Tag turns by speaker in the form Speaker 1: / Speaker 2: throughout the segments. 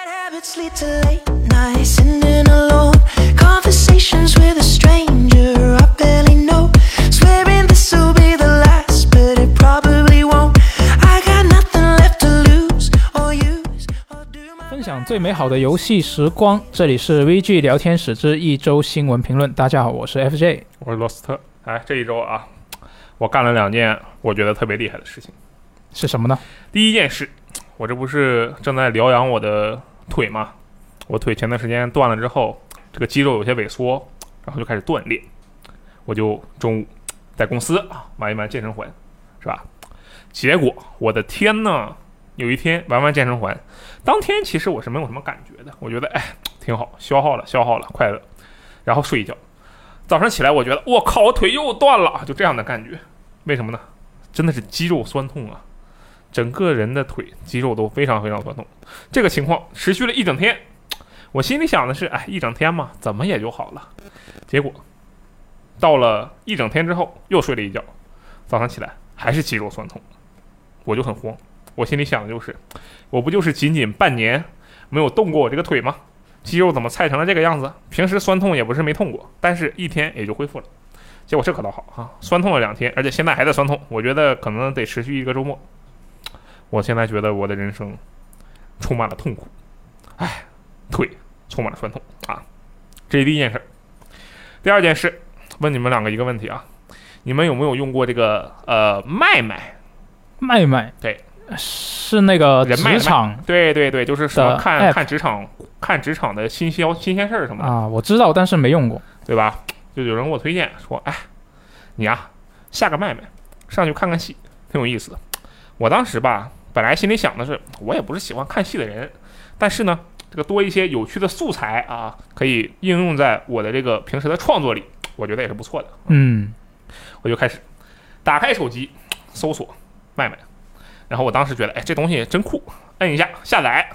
Speaker 1: Habits lead to late nights sitting alone. Conversations with a stranger I barely know. Swearing this will be the last, but it probably won't. I got nothing left to lose or use or do my
Speaker 2: 分享最美好的游戏时光，这里是 VG 聊天室之一周新闻评论。大家好，我是 FJ。
Speaker 3: 我是罗斯特。哎，这一周啊，我干了两件我觉得特别厉害的事情。
Speaker 2: 是什么呢？
Speaker 3: 第一件事，我这不是正在疗养我的腿吗？我腿前段时间断了之后，这个肌肉有些萎缩，然后就开始锻炼。我就中午在公司啊玩一玩健身环，是吧？结果我的天呐！有一天玩完健身环，当天其实我是没有什么感觉的，我觉得哎挺好，消耗了消耗了快乐，然后睡一觉。早上起来，我觉得我靠，我腿又断了，就这样的感觉。为什么呢？真的是肌肉酸痛啊，整个人的腿肌肉都非常非常酸痛。这个情况持续了一整天，我心里想的是，哎，一整天嘛，怎么也就好了。结果到了一整天之后，又睡了一觉，早上起来还是肌肉酸痛，我就很慌。我心里想的就是，我不就是仅仅半年没有动过我这个腿吗？肌肉怎么菜成了这个样子？平时酸痛也不是没痛过，但是一天也就恢复了。结果这可倒好啊，酸痛了两天，而且现在还在酸痛，我觉得可能得持续一个周末。我现在觉得我的人生充满了痛苦，哎，腿充满了酸痛啊，这是第一件事儿。第二件事，问你们两个一个问题啊，你们有没有用过这个呃麦麦？
Speaker 2: 麦麦，
Speaker 3: 对，
Speaker 2: 是那个
Speaker 3: 人脉
Speaker 2: 职场
Speaker 3: 对对对，就是什么
Speaker 2: 的
Speaker 3: 看
Speaker 2: app
Speaker 3: 看职场看职场的新消新鲜事儿什么的。
Speaker 2: 啊，我知道，但是没用过。
Speaker 3: 对吧？就有人给我推荐说，哎，你呀、下个麦麦，上去看看戏，挺有意思的。我当时吧，本来心里想的是，我也不是喜欢看戏的人，但是呢，这个多一些有趣的素材啊，可以应用在我的这个平时的创作里，我觉得也是不错的。
Speaker 2: 嗯，
Speaker 3: 我就开始打开手机搜索麦麦，然后我当时觉得，哎，这东西真酷，摁一下下载，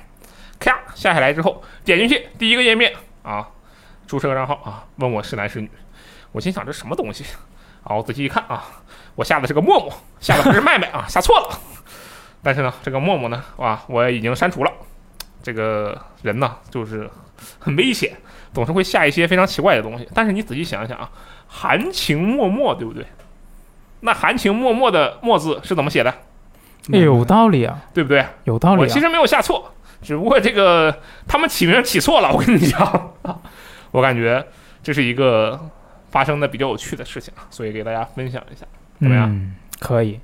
Speaker 3: 咔下下来之后点进去，第一个页面啊，注册个账号啊，问我是男是女，我心想这什么东西啊？我仔细一看啊，我下的是个陌陌，下的不是麦麦啊，下错了。但是呢，这个陌陌呢，哇，我已经删除了。这个人呢，就是很危险，总是会下一些非常奇怪的东西。但是你仔细想一想啊，含情脉脉，对不对？那含情脉脉的“脉”字是怎么写的？
Speaker 2: 哎，有道理啊，
Speaker 3: 对不对？
Speaker 2: 有道
Speaker 3: 我
Speaker 2: 理
Speaker 3: 其
Speaker 2: 啊。
Speaker 3: 实没有下错，只不过这个他们起名起错了。我跟你讲， 我感觉这是一个发生的比较有趣的事情，啊所以给大家分享一下。怎么样
Speaker 2: 嗯，可以。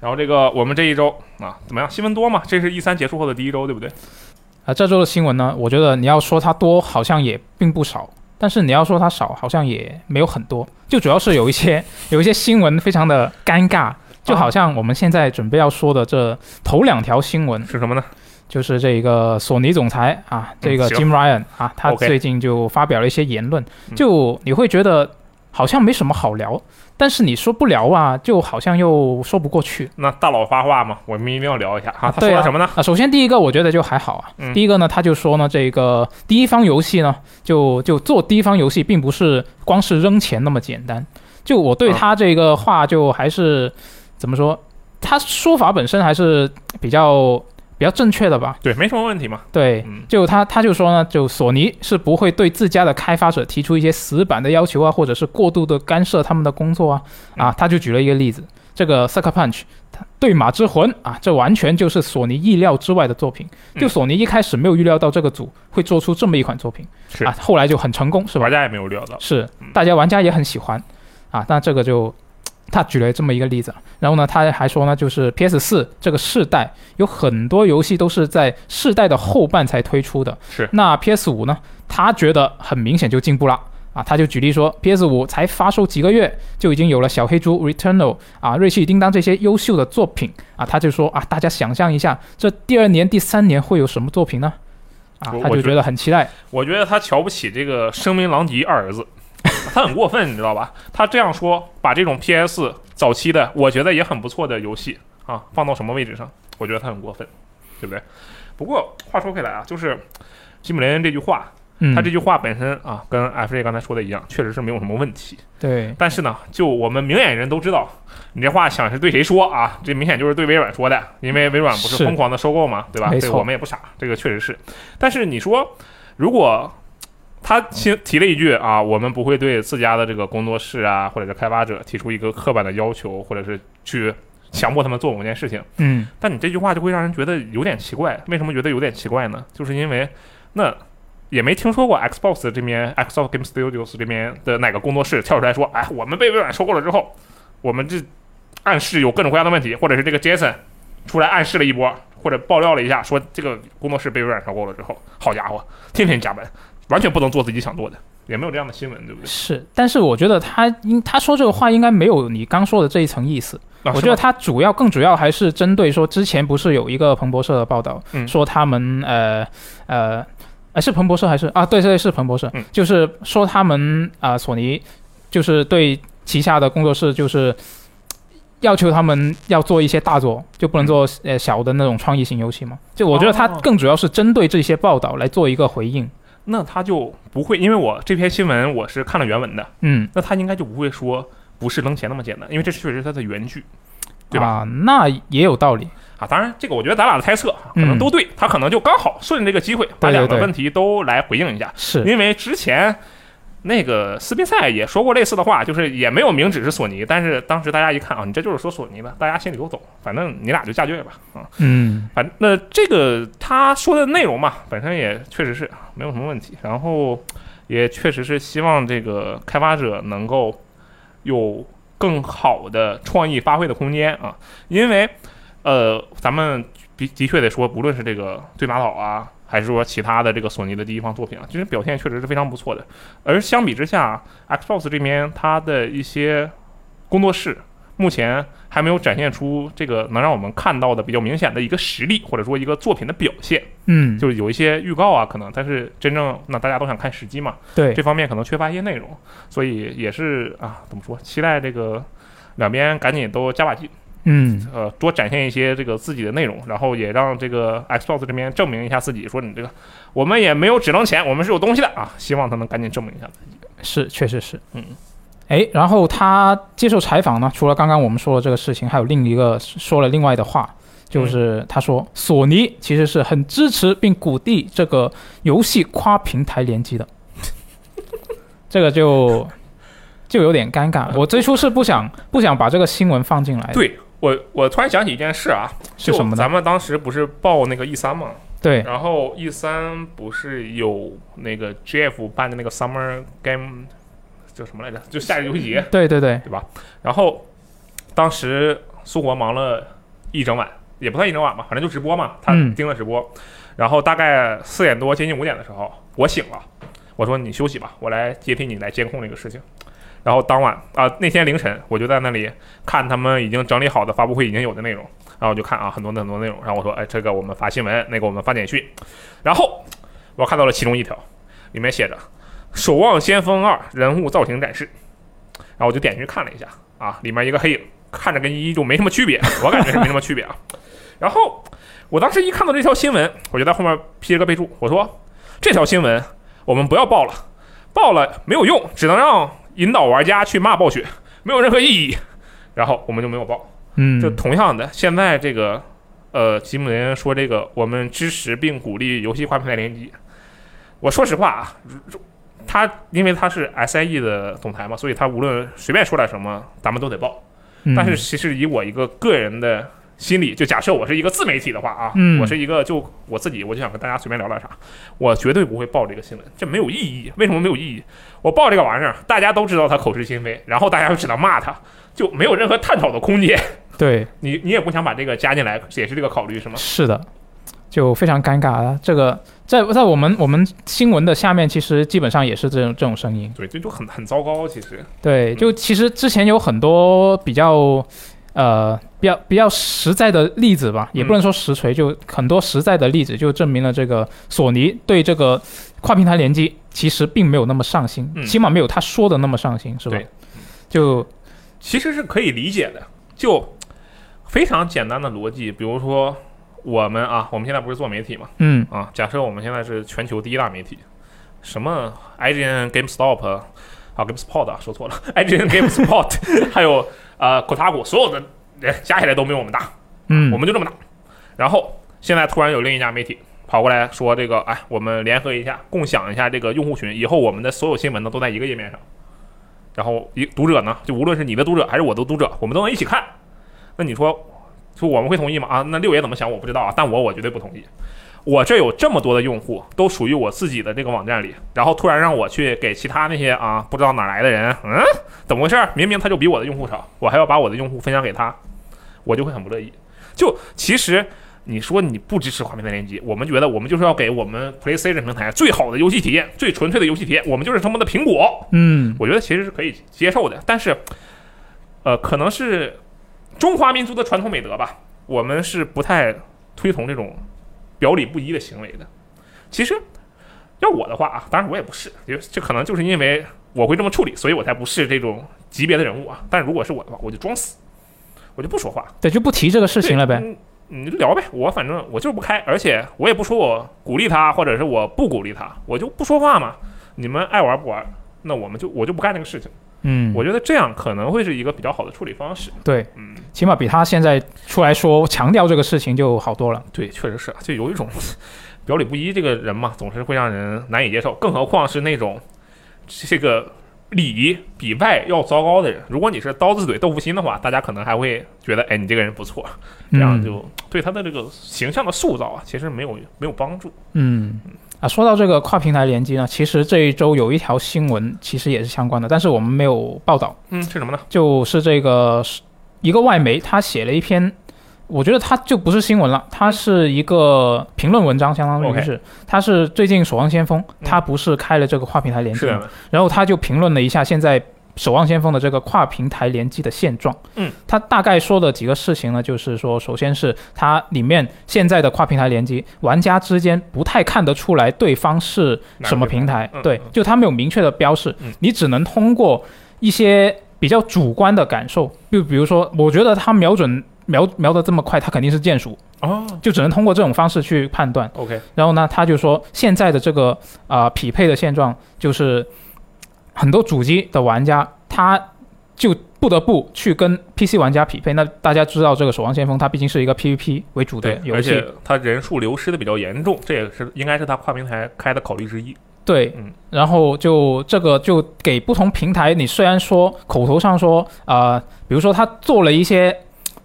Speaker 3: 然后这个我们这一周啊，怎么样？新闻多嘛？这是一三结束后的第一周，对不对？
Speaker 2: 啊，这周的新闻呢，我觉得你要说它多，好像也并不少；但是你要说它少，好像也没有很多。就主要是有一些 有一些新闻非常的尴尬，就好像我们现在准备要说的这头两条新闻，
Speaker 3: 是什么呢？
Speaker 2: 就是这个索尼总裁啊，这个
Speaker 3: 嗯行
Speaker 2: Jim Ryan 啊，他
Speaker 3: OK
Speaker 2: 最近就发表了一些言论，
Speaker 3: 嗯
Speaker 2: 就你会觉得好像没什么好聊，但是你说不聊啊，就好像又说不过去。
Speaker 3: 那大佬发话嘛，我们一定要聊一下啊。他说
Speaker 2: 对啊
Speaker 3: 了什么呢？
Speaker 2: 啊，首先第一个我觉得就还好啊。
Speaker 3: 嗯
Speaker 2: 第一个呢，他就说呢，这个第一方游戏呢，就就做第一方游戏，并不是光是扔钱那么简单。就我
Speaker 3: 嗯
Speaker 2: 对他这个话，就还是、怎么说，他说法本身还是比较比较正确的吧？
Speaker 3: 对，没什么问题嘛。
Speaker 2: 对。
Speaker 3: 嗯
Speaker 2: 就他，他就说呢，就索尼是不会对自家的开发者提出一些死板的要求啊，或者是过度的干涉他们的工作啊。啊
Speaker 3: 嗯，
Speaker 2: 他就举了一个例子，这个《Sucker Punch》它对马之魂啊，这完全就是索尼意料之外的作品。就
Speaker 3: 嗯
Speaker 2: 索尼一开始没有预料到这个组会做出这么一款作品，
Speaker 3: 是
Speaker 2: 啊，后来就很成功，是吧
Speaker 3: 玩？家也没有料到。
Speaker 2: 是
Speaker 3: 嗯，
Speaker 2: 大家玩家也很喜欢啊。那这个就他举了这么一个例子，然后呢，他还说呢，就是 PS 四这个世代有很多游戏都是在世代的后半才推出的。
Speaker 3: 是
Speaker 2: 那 PS 五呢，他觉得很明显就进步了。啊，他就举例说，PS 五才发售几个月，就已经有了小黑猪、Returnal 啊、瑞奇与叮当这些优秀的作品啊，他就说啊，大家想象一下，这第二年、第三年会有什么作品呢？啊
Speaker 3: 我，
Speaker 2: 他
Speaker 3: 我
Speaker 2: 就
Speaker 3: 觉
Speaker 2: 觉得很期待。
Speaker 3: 我觉得他瞧不起这个声名狼藉二儿子， 他很过分，你知道吧？他这样说，把这种 PS 早期的，我觉得也很不错的游戏啊，放到什么位置上？我觉得他很过分，对不对？不过话说回来啊，就是吉姆·雷恩这句话，
Speaker 2: 嗯，
Speaker 3: 他这句话本身啊，跟 F J 刚才说的一样，确实是没有什么问题。
Speaker 2: 对
Speaker 3: 但是呢，就我们明眼人都知道，你这话想是对谁说啊？这明显就是对微软说的，因为微软不
Speaker 2: 是
Speaker 3: 是疯狂的收购嘛，对吧？
Speaker 2: 没
Speaker 3: 对，
Speaker 2: 错
Speaker 3: 我们也不傻，这个确实是。但是你说，如果他先提了一句啊，我们不会对自家的这个工作室啊，或者是开发者提出一个刻板的要求，或者是去强迫他们做某件事情，
Speaker 2: 嗯
Speaker 3: 但你这句话就会让人觉得有点奇怪。为什么觉得有点奇怪呢？就是因为那也没听说过 Xbox 这边 Xbox Game Studios 这边的哪个工作室跳出来说，哎，我们被微软收购了之后，我们这暗示有各种各样的问题，或者是这个 Jason 出来暗示了一波，或者爆料了一下，说这个工作室被微软收购了之后，好家伙，天天加班，完全不能做自己想做的，也没有这样的新闻，对不对？
Speaker 2: 是，但是我觉得他应他说这个话应该没有你刚说的这一层意思。
Speaker 3: 啊
Speaker 2: 我
Speaker 3: 是
Speaker 2: 觉得
Speaker 3: 吗
Speaker 2: 它主要更主要还是针对说，之前不是有一个彭博社的报道，
Speaker 3: 嗯
Speaker 2: 说他们呃呃，呃是彭博社还是啊？对对是彭博社，
Speaker 3: 嗯
Speaker 2: 就是说他们啊、索尼就是对旗下的工作室就是要求他们要做一些大作，就不能做呃小的那种创意型游戏嘛。就我觉得它
Speaker 3: 嗯哦
Speaker 2: 更主要是针对这些报道来做一个回应。
Speaker 3: 那他就不会，因为我这篇新闻我是看了原文的，
Speaker 2: 嗯，
Speaker 3: 那他应该就不会说不是扔钱那么简单，因为这确实是他的原句对吧
Speaker 2: 啊，那也有道理。
Speaker 3: 啊。当然，这个我觉得咱俩的猜测啊可
Speaker 2: 嗯
Speaker 3: 能都对，他可能就刚好顺着这个机会把
Speaker 2: 对对
Speaker 3: 两个
Speaker 2: 对
Speaker 3: 问题都来回应一下，
Speaker 2: 是，
Speaker 3: 因为之前。那个斯宾塞也说过类似的话，就是也没有明指是索尼，但是当时大家一看啊，你这就是说索尼的，大家心里都懂，反正你俩就嫁倔吧，啊、
Speaker 2: 嗯，
Speaker 3: 反正那这个他说的内容嘛，本身也确实是没有什么问题，然后也确实是希望这个开发者能够有更好的创意发挥的空间啊，因为呃，咱们的的确得说，无论是这个对马岛啊，还是说其他的这个索尼的第一方作品啊，其实表现确实是非常不错的。而相比之下，Xbox 这边它的一些工作室目前还没有展现出这个能让我们看到的比较明显的一个实力，或者说一个作品的表现。
Speaker 2: 嗯，
Speaker 3: 就是有一些预告啊，可能，但是真正那大家都想看时机嘛，
Speaker 2: 对
Speaker 3: 这，方面可能缺乏一些内容，所以也是啊，怎么说？期待这个两边赶紧都加把劲，
Speaker 2: 嗯，
Speaker 3: 呃，多展现一些这个自己的内容，然后也让这个 Xbox 这边证明一下自己，说你这个我们也没有只能钱，我们是有东西的啊！希望他能赶紧证明一下自己。
Speaker 2: 是，确实是。
Speaker 3: 嗯，
Speaker 2: 哎，然后他接受采访呢，除了刚刚我们说的这个事情，还有另一个说了另外的话，
Speaker 3: 嗯
Speaker 2: 就是他说、索尼其实是很支持并鼓励这个游戏跨平台联机的， 这个就就有点尴尬。我最初是不想不想把这个新闻放进来的，
Speaker 3: 对我，我突然想起一件事啊，
Speaker 2: 哎是什么呢
Speaker 3: 咱？们当时不是报那个 E 三嘛，
Speaker 2: 对，
Speaker 3: 然后 E 三不是有那个 GF 办的那个 Summer Game 叫什么来着？就夏日游戏节，
Speaker 2: 对对对，
Speaker 3: 对吧？然后当时苏活忙了一整晚，也不算一整晚吧，反正就直播嘛，他
Speaker 2: 嗯
Speaker 3: 盯了直播。然后大概四点多接近五点的时候，我醒了，我说你休息吧，我来接替你来监控这个事情。然后当晚啊、那天凌晨我就在那里看他们已经整理好的发布会已经有的内容，然后我就看啊很多的很多内容，然后我说哎这个我们发新闻，那个我们发简讯，然后我看到了其中一条，里面写着《守望先锋二》人物造型展示，然后我就点进去看了一下啊，里面一个黑影，看着跟一就没什么区别，我感觉是没什么区别啊。 然后我当时一看到这条新闻，我就在后面批了个备注，我说这条新闻我们不要报了，报了没有用，只能让引导玩家去骂暴雪，没有任何意义。然后我们就没有报。
Speaker 2: 嗯，
Speaker 3: 就同样的，现在这个呃，吉姆林说这个我们支持并鼓励游戏跨平台联机。我说实话啊，如他因为他是 SIE 的总裁嘛，所以他无论随便说点什么，咱们都得报。
Speaker 2: 嗯
Speaker 3: 但是其实以我一个个人的心理，就假设我是一个自媒体的话啊，
Speaker 2: 嗯
Speaker 3: 我是一个就我自己，我就想跟大家随便聊点啥，我绝对不会报这个新闻，这没有意义。为什么没有意义？我报这个玩意儿，大家都知道他口是心非，然后大家就只能骂他，就没有任何探讨的空间。
Speaker 2: 对，
Speaker 3: 你你也不想把这个加进来，也是这个考虑是吗？
Speaker 2: 是的，就非常尴尬啊。这个在在我们我们新闻的下面，其实基本上也是这种这种声音。
Speaker 3: 对，这就很很糟糕。其实，
Speaker 2: 对，就其实之前有很多比较，呃，比较比较实在的例子
Speaker 3: 嗯
Speaker 2: 吧，也不能说实锤，就很多实在的例子就证明了这个索尼对这个跨平台联机其实并没有那么上心，
Speaker 3: 嗯
Speaker 2: 起码没有他说的那么上心，是吧
Speaker 3: 对？
Speaker 2: 就
Speaker 3: 其实是可以理解的。就非常简单的逻辑，比如说我们啊，我们现在不是做媒体嘛，
Speaker 2: 嗯
Speaker 3: 啊，假设我们现在是全球第一大媒体，什么 IGN GameStop 啊，GameSpot 啊，说错了，IGN GameSpot，还有呃 Kotaku，所有的人加起来都没有我们大，
Speaker 2: 嗯，
Speaker 3: 我们就这么打。然后现在突然有另一家媒体跑过来说，这个哎，我们联合一下，共享一下这个用户群，以后我们的所有新闻呢都在一个页面上。然后一读者呢，就无论是你的读者还是我的读者，我们都能一起看。那你说说我们会同意吗？啊，那六爷怎么想我不知道啊，但我我绝对不同意。我这有这么多的用户，都属于我自己的这个网站里，然后突然让我去给其他那些啊不知道哪来的人，嗯，怎么回事儿？明明他就比我的用户少，我还要把我的用户分享给他，我就会很不乐意。就其实你说你不支持画面的联机，我们觉得我们就是要给我们 PlayStation 平台最好的游戏体验、最纯粹的游戏体验，我们就是他妈的苹果。
Speaker 2: 嗯，
Speaker 3: 我觉得其实是可以接受的，但是，呃，可能是中华民族的传统美德吧，我们是不太推崇这种表里不一的行为的。其实要我的话啊，当然我也不是，就这可能就是因为我会这么处理，所以我才不是这种级别的人物啊。但如果是我的话，我就装死，我就不说话，
Speaker 2: 对，就不提这个事情了呗。
Speaker 3: 对。嗯你就聊呗，我反正我就是不开，而且我也不说我鼓励他，或者是我不鼓励他，我就不说话嘛。你们爱玩不玩，那我们就我就不干这个事情。
Speaker 2: 嗯，
Speaker 3: 我觉得这样可能会是一个比较好的处理方式。
Speaker 2: 对，
Speaker 3: 嗯，
Speaker 2: 起码比他现在出来说强调这个事情就好多了。
Speaker 3: 对，确实是，啊就有一种表里不一这个人嘛，总是会让人难以接受，更何况是那种这个里比外要糟糕的人。如果你是刀子嘴豆腐心的话，大家可能还会觉得，哎，你这个人不错，这
Speaker 2: 嗯
Speaker 3: 样就对他的这个形象的塑造啊，其实没有没有帮助。
Speaker 2: 嗯。嗯啊，说到这个跨平台联机呢，其实这一周有一条新闻，其实也是相关的，但是我们没有报道。
Speaker 3: 嗯，是什么呢？
Speaker 2: 就是这个一个外媒，他写了一篇，我觉得他就不是新闻了，他是一个评论文章，相当于
Speaker 3: OK
Speaker 2: 是，他是最近《守望先锋》，他不是开了这个跨平台联机
Speaker 3: 是
Speaker 2: 吗，
Speaker 3: 的，
Speaker 2: 然后他就评论了一下现在《守望先锋》的这个跨平台联机的现状。
Speaker 3: 嗯，
Speaker 2: 他大概说的几个事情呢，就是说，首先是它里面现在的跨平台联机，玩家之间不太看得出来对方是什么平台
Speaker 3: 哪，个平台嗯
Speaker 2: 对
Speaker 3: 嗯，
Speaker 2: 就他没有明确的标示，
Speaker 3: 嗯
Speaker 2: 你只能通过一些比较主观的感受，就比如说，我觉得他瞄准瞄瞄得这么快，他肯定是键鼠，
Speaker 3: 哦
Speaker 2: 就只能通过这种方式去判断。
Speaker 3: ，OK，
Speaker 2: 然后呢，他就说现在的这个啊、呃匹配的现状就是很多主机的玩家他就不得不去跟 PC 玩家匹配。那大家知道这个《守望先锋》它毕竟是一个 PVP 为主的
Speaker 3: 对，
Speaker 2: 游
Speaker 3: 而
Speaker 2: 戏
Speaker 3: 且，他人数流失的比较严重，这也是应该是他跨平台开的考虑之一。
Speaker 2: 对，
Speaker 3: 嗯
Speaker 2: 然后就这个就给不同平台，你虽然说口头上说啊，比如说他做了一些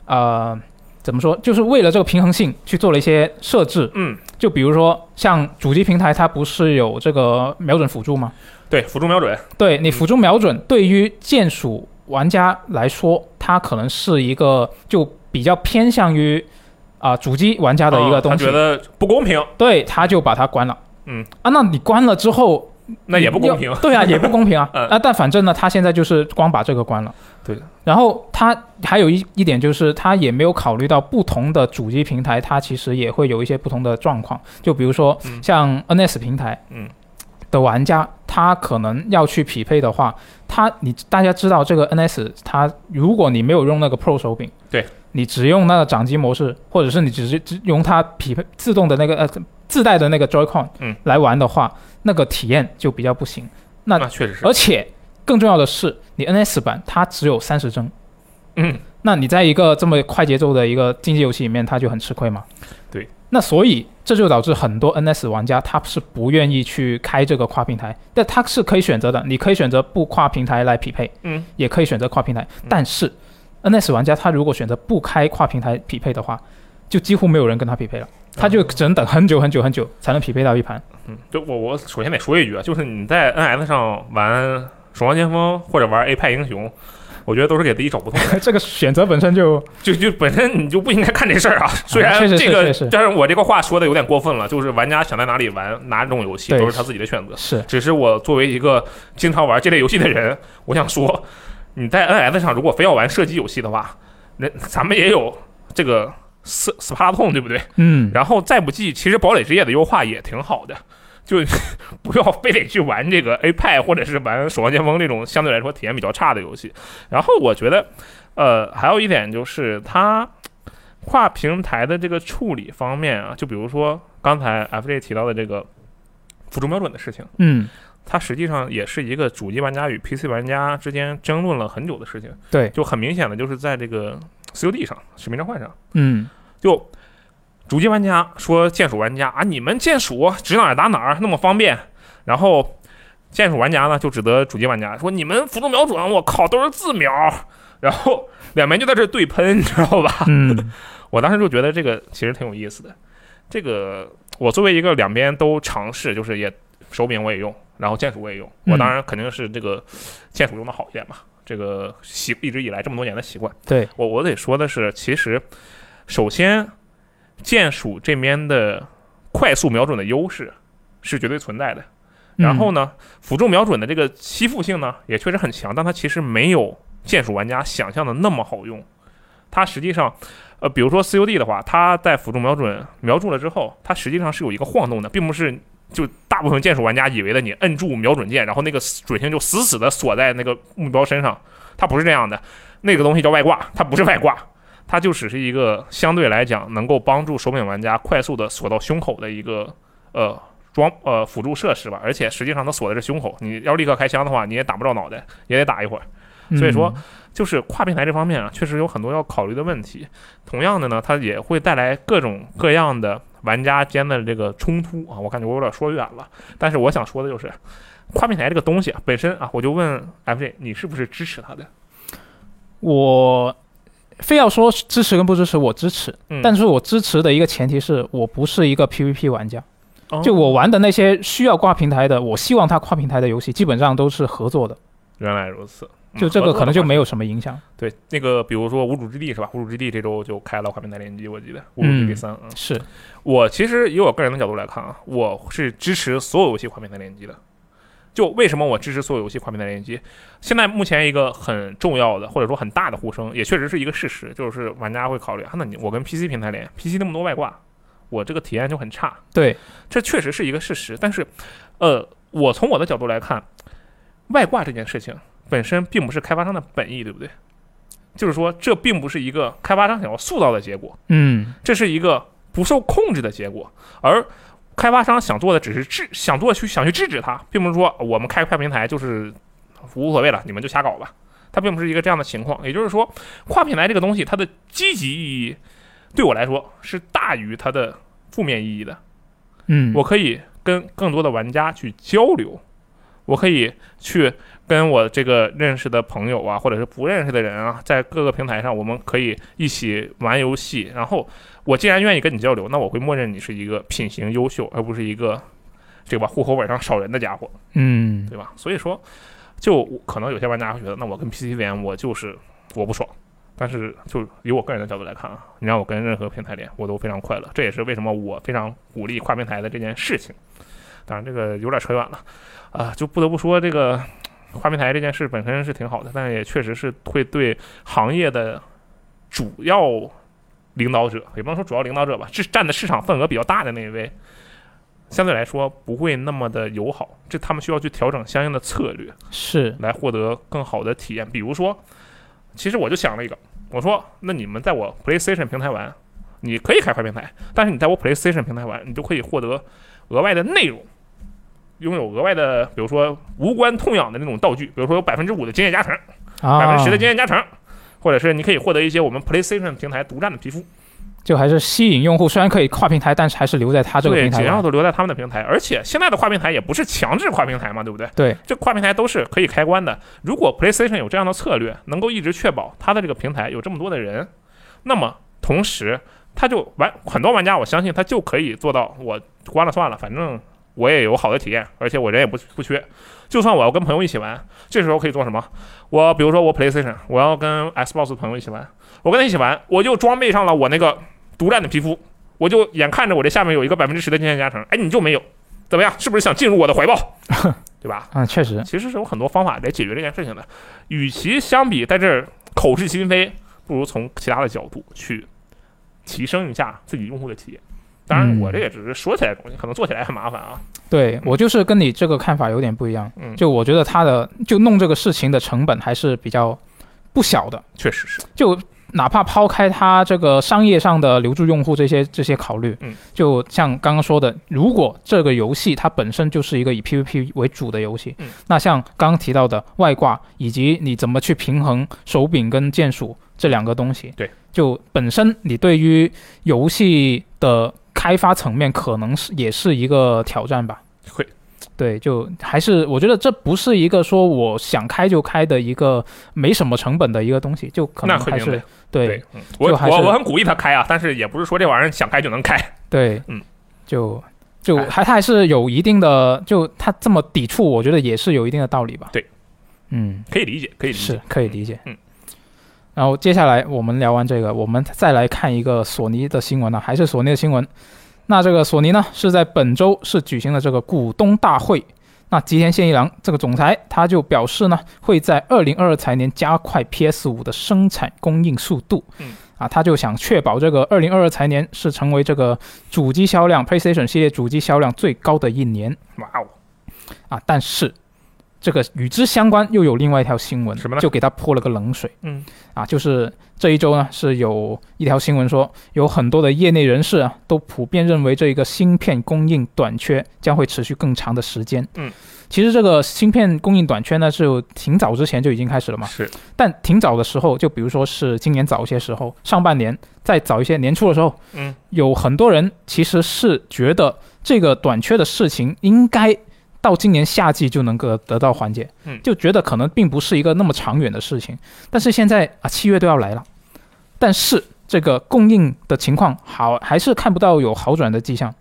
Speaker 2: 呃怎么说，就是为了这个平衡性去做了一些设置，
Speaker 3: 嗯，
Speaker 2: 就比如说像主机平台它不是有这个瞄准辅助吗？
Speaker 3: 对，辅助瞄准，
Speaker 2: 对你辅助瞄准，对于键鼠玩家来说，它可能是一个就比较偏向于啊、主机玩家
Speaker 3: 他
Speaker 2: 的一个东
Speaker 3: 啊哦他
Speaker 2: 西，
Speaker 3: 觉得不公平，
Speaker 2: 对，他就把它关了。
Speaker 3: 嗯
Speaker 2: 啊，那你关了之后，
Speaker 3: 那也不公
Speaker 2: 你
Speaker 3: 平
Speaker 2: 要。对啊，也不公平啊。
Speaker 3: 嗯
Speaker 2: 啊，但反正呢，他现在就是光把这个关了。
Speaker 3: 对。
Speaker 2: 然后他还有一一点就是，他也没有考虑到不同的主机平台，它其实也会有一些不同的状况。就比如说
Speaker 3: 嗯
Speaker 2: 像 NS 平台，
Speaker 3: 嗯，
Speaker 2: 的玩家他可能要去匹配的话，他你大家知道这个 NS，它如果你没有用那个 Pro 手柄，
Speaker 3: 对，
Speaker 2: 你只用那个掌机模式，或者是你只是只用它匹配自动的那个呃自带的那个 Joy-Con，
Speaker 3: 嗯，
Speaker 2: 来玩的话，那个体验就比较不行。那呃
Speaker 3: 那确实是
Speaker 2: 而，且更重要的是，你 NS 版它只有三十帧，
Speaker 3: 嗯，
Speaker 2: 那你在一个这么快节奏的一个竞技游戏里面，它就很吃亏嘛。
Speaker 3: 对，
Speaker 2: 那所以这就导致很多 NS 玩家他是不愿意去开这个跨平台，但他是可以选择的，你可以选择不跨平台来匹配，
Speaker 3: 嗯，
Speaker 2: 也可以选择跨平台，但是 NS 玩家他如果选择不开跨平台匹配的话，就几乎没有人跟他匹配
Speaker 3: 哦
Speaker 2: 了，他就只能等很久很久很久才能匹配到一 盘。
Speaker 3: 嗯，就我我首先得说一句啊，就是你在 NS 上玩《守望先锋》或者玩 A 派英雄，我觉得都是给自己找不痛快。
Speaker 2: 这个选择本身就
Speaker 3: 就就本身你就不应该干这事儿啊。 虽
Speaker 2: 嗯
Speaker 3: 然
Speaker 2: 确实是
Speaker 3: 这个
Speaker 2: 确实，
Speaker 3: 但是我这个话说的有点过分了，就是玩家想在哪里玩哪种游戏
Speaker 2: 对
Speaker 3: 都是他自己的选择。
Speaker 2: 是
Speaker 3: 只是我作为一个经常玩这类游戏的人， 我想说，你在 NS 上如果非要玩射击游戏的话，那咱们也有这个斯斯帕拉通，对不对？
Speaker 2: 嗯，
Speaker 3: 然后再不济，其实堡垒之夜的优化也挺好的，就 不要非得去玩这个 A 派或者是玩守望先锋这种相对来说体验比较差的游戏。然后我觉得，呃，还有一点就是它跨平台的这个处理方面啊，就比如说刚才 FJ 提到的这个辅助瞄准的事情，
Speaker 2: 嗯，
Speaker 3: 它实际上也是一个主机玩家与 PC 玩家之间争论了很久的事情。
Speaker 2: 对，
Speaker 3: 就很明显的就是在这个 COD 上，《使命召唤》上，
Speaker 2: 嗯，
Speaker 3: 就主机玩家说键鼠玩家啊，你们键鼠指哪儿打哪儿那么方便，然后键鼠玩家呢就指责主机玩家说你们辅助瞄准，我靠都是自瞄，然后两边就在这对喷，你知道吧？
Speaker 2: 嗯，
Speaker 3: 我当时就觉得这个其实挺有意思的。这个我作为一个两边都尝试，就是也手柄我也用，然后键鼠我也用。
Speaker 2: 嗯
Speaker 3: 我当然肯定是这个键鼠用的好一点嘛，这个习一直以来这么多年的习惯。
Speaker 2: 对，
Speaker 3: 我我得说的是，其实首先键鼠这边的快速瞄准的优势是绝对存在的。然后
Speaker 2: 嗯
Speaker 3: 呢，辅助瞄准的这个吸附性呢，也确实很强，但它其实没有键鼠玩家想象的那么好用。它实际上，呃，比如说 COD 的话，它在辅助瞄准瞄住了之后，它实际上是有一个晃动的，并不是就大部分键鼠玩家以为的你摁住瞄准键，然后那个准星就死死的锁在那个目标身上，它不是这样的。那个东西叫外挂，它不是外挂，它就只是一个相对来讲能够帮助手柄玩家快速的锁到胸口的一个呃装呃辅助设施吧。而且实际上它锁的是胸口，你要立刻开枪的话，你也打不着脑袋，也得打一会儿。
Speaker 2: 嗯
Speaker 3: 所以说，就是跨平台这方面啊，确实有很多要考虑的问题。同样的呢，它也会带来各种各样的玩家间的这个冲突啊。我感觉我有点说远了，但是我想说的就是，跨平台这个东西啊本身啊，我就问 FJ，你是不是支持它的？
Speaker 2: 我非要说支持跟不支持，我支持，
Speaker 3: 嗯，
Speaker 2: 但是我支持的一个前提是我不是一个 PVP 玩家，
Speaker 3: 哦
Speaker 2: 就我玩的那些需要跨平台的，我希望它跨平台的游戏基本上都是合作的，
Speaker 3: 原来如此，嗯
Speaker 2: 就这个可能就没
Speaker 3: 合
Speaker 2: 有什么影响。
Speaker 3: 作的话对那个，比如说《无主之地》是吧？《无主之地》这周就开了跨平台联机，我记得《无主之地
Speaker 2: 嗯
Speaker 3: 三》嗯。
Speaker 2: 是，
Speaker 3: 我其实以我个人的角度来看啊，我是支持所有游戏跨平台联机的。就为什么我支持所有游戏跨平台联机？现在目前一个很重要的或者说很大的呼声，也确实是一个事实，就是玩家会考虑，啊，那你我跟 PC 平台连，PC 那么多外挂，我这个体验就很差。
Speaker 2: 对，
Speaker 3: 这确实是一个事实。但是，呃，我从我的角度来看，外挂这件事情本身并不是开发商的本意，对不对？就是说，这并不是一个开发商想要塑造的结果，
Speaker 2: 嗯，
Speaker 3: 这是一个不受控制的结果。而开发商想做的只是制，想做去想去制止它，并不是说我们开跨平台就是无所谓了，你们就瞎搞吧。它并不是一个这样的情况。也就是说，跨平台这个东西，它的积极意义对我来说是大于它的负面意义的。
Speaker 2: 嗯，
Speaker 3: 我可以跟更多的玩家去交流，我可以去跟我这个认识的朋友啊，或者是不认识的人啊，在各个平台上，我们可以一起玩游戏。然后，我既然愿意跟你交流，那我会默认你是一个品行优秀，而不是一个这个吧户口本上少人的家伙，
Speaker 2: 嗯，
Speaker 3: 对吧？所以说，就可能有些玩家会觉得，那我跟 PC 连，我就是我不爽。但是，就以我个人的角度来看啊，你让我跟任何平台连，我都非常快乐。这也是为什么我非常鼓励跨平台的这件事情。当然，这个有点扯远了，啊、就不得不说，这个跨平台这件事本身是挺好的，但也确实是会对行业的主要领导者，也不能说主要领导者吧，是占的市场份额比较大的那一位，相对来说不会那么的友好。这他们需要去调整相应的策略。
Speaker 2: 是，
Speaker 3: 来获得更好的体验。比如说，其实我就想了一个，我说那你们在我 PlayStation 平台玩，你可以开发平台，但是你在我 PlayStation 平台玩，你就可以获得额外的内容，拥有额外的，比如说无关痛痒的那种道具，比如说有百分之五的经验加成，百
Speaker 2: 啊
Speaker 3: 分之十的经验加成。或者是你可以获得一些我们 PlayStation 平台独占的皮肤，
Speaker 2: 就还是吸引用户，虽然可以跨平台，但是还是留在啊它这个
Speaker 3: 对，
Speaker 2: 平台
Speaker 3: 尽量
Speaker 2: 玩。
Speaker 3: 都留在他们的平台。而且现在的跨平台也不是强制跨平台嘛，对不对？
Speaker 2: 对，
Speaker 3: 这跨平台都是可以开关的。如果 PlayStation 有这样的策略，能够一直确保它的这个平台有这么多的人，那么同时它就玩很多玩家，我相信他就可以做到我关了算了，反正我也有好的体验，而且我人也不不缺。就算我要跟朋友一起玩，这时候可以做什么？我比如说我 PlayStation，我要跟 Xbox 的朋友一起玩，我跟他一起玩，我就装备上了我那个独占的皮肤，我就眼看着我这下面有一个百分之十的经验加成，哎，你就没有，怎么样？是不是想进入我的怀抱？ 对吧？
Speaker 2: 嗯，确实，
Speaker 3: 其实是有很多方法来解决这件事情的。与其相比在这儿口是心非，不如从其他的角度去提升一下自己用户的体验。当然，
Speaker 2: 嗯
Speaker 3: 我这也只是说起来的东西，可能做起来很麻烦啊。
Speaker 2: 对我就是跟你这个看法有点不一样。
Speaker 3: 嗯，
Speaker 2: 就我觉得它的就弄这个事情的成本还是比较不小的，
Speaker 3: 确实是，
Speaker 2: 就哪怕抛开它这个商业上的留住用户这些这些考虑，
Speaker 3: 嗯，
Speaker 2: 就像刚刚说的，如果这个游戏它本身就是一个以 PVP 为主的游戏，
Speaker 3: 嗯，
Speaker 2: 那像刚刚提到的外挂以及你怎么去平衡手柄跟键鼠这两个东西，
Speaker 3: 对，
Speaker 2: 就本身你对于游戏的开发层面可能是也是一个挑战吧。
Speaker 3: 会，
Speaker 2: 对，就还是我觉得这不是一个说我想开就开的一个没什么成本的一个东西，就可能
Speaker 3: 那肯
Speaker 2: 还
Speaker 3: 定的
Speaker 2: 是对
Speaker 3: 对，嗯我
Speaker 2: 就还是
Speaker 3: 我我很鼓励他开啊，但是也不是说这玩意儿想开就能开。
Speaker 2: 对，
Speaker 3: 嗯，
Speaker 2: 就就
Speaker 3: 哎
Speaker 2: 还它还是有一定的，就它这么抵触，我觉得也是有一定的道理吧。
Speaker 3: 对，
Speaker 2: 嗯，
Speaker 3: 可以理解，可以理解。
Speaker 2: 是可以理解。
Speaker 3: 嗯。
Speaker 2: 然后接下来我们聊完这个，我们再来看一个索尼的新闻呢、还是索尼的新闻。啊那这个索尼呢是在本周是举行了这个股东大会。那吉田宪一郎这个总裁他就表示呢，会在二零二二财年加快 PS 五的生产供应速度。
Speaker 3: 嗯，
Speaker 2: 啊，他就想确保这个二零二二财年是成为这个主机销量 PlayStation 系列主机销量最高的一年
Speaker 3: 哇哦，
Speaker 2: 啊。但是这个与之相关又有另外一条新闻，
Speaker 3: 什么呢
Speaker 2: 就给他泼了个冷水。
Speaker 3: 嗯，
Speaker 2: 啊，就是这一周呢，是有一条新闻说，有很多的业内人士啊，都普遍认为这一个芯片供应短缺将会持续更长的时间。
Speaker 3: 嗯，
Speaker 2: 其实这个芯片供应短缺呢，是有挺早之前就已经开始了嘛。
Speaker 3: 是
Speaker 2: 但挺早的时候，就比如说是今年早一些时候，上半年再早一些年初的时候，
Speaker 3: 嗯，
Speaker 2: 有很多人其实是觉得这个短缺的事情应该到今年夏季就能够得到缓解，
Speaker 3: 嗯
Speaker 2: 就觉得可能并不是一个那么长远的事情。但是现在啊，七月都要来了，但是这个供应的情况好还是看不到有好转的迹象，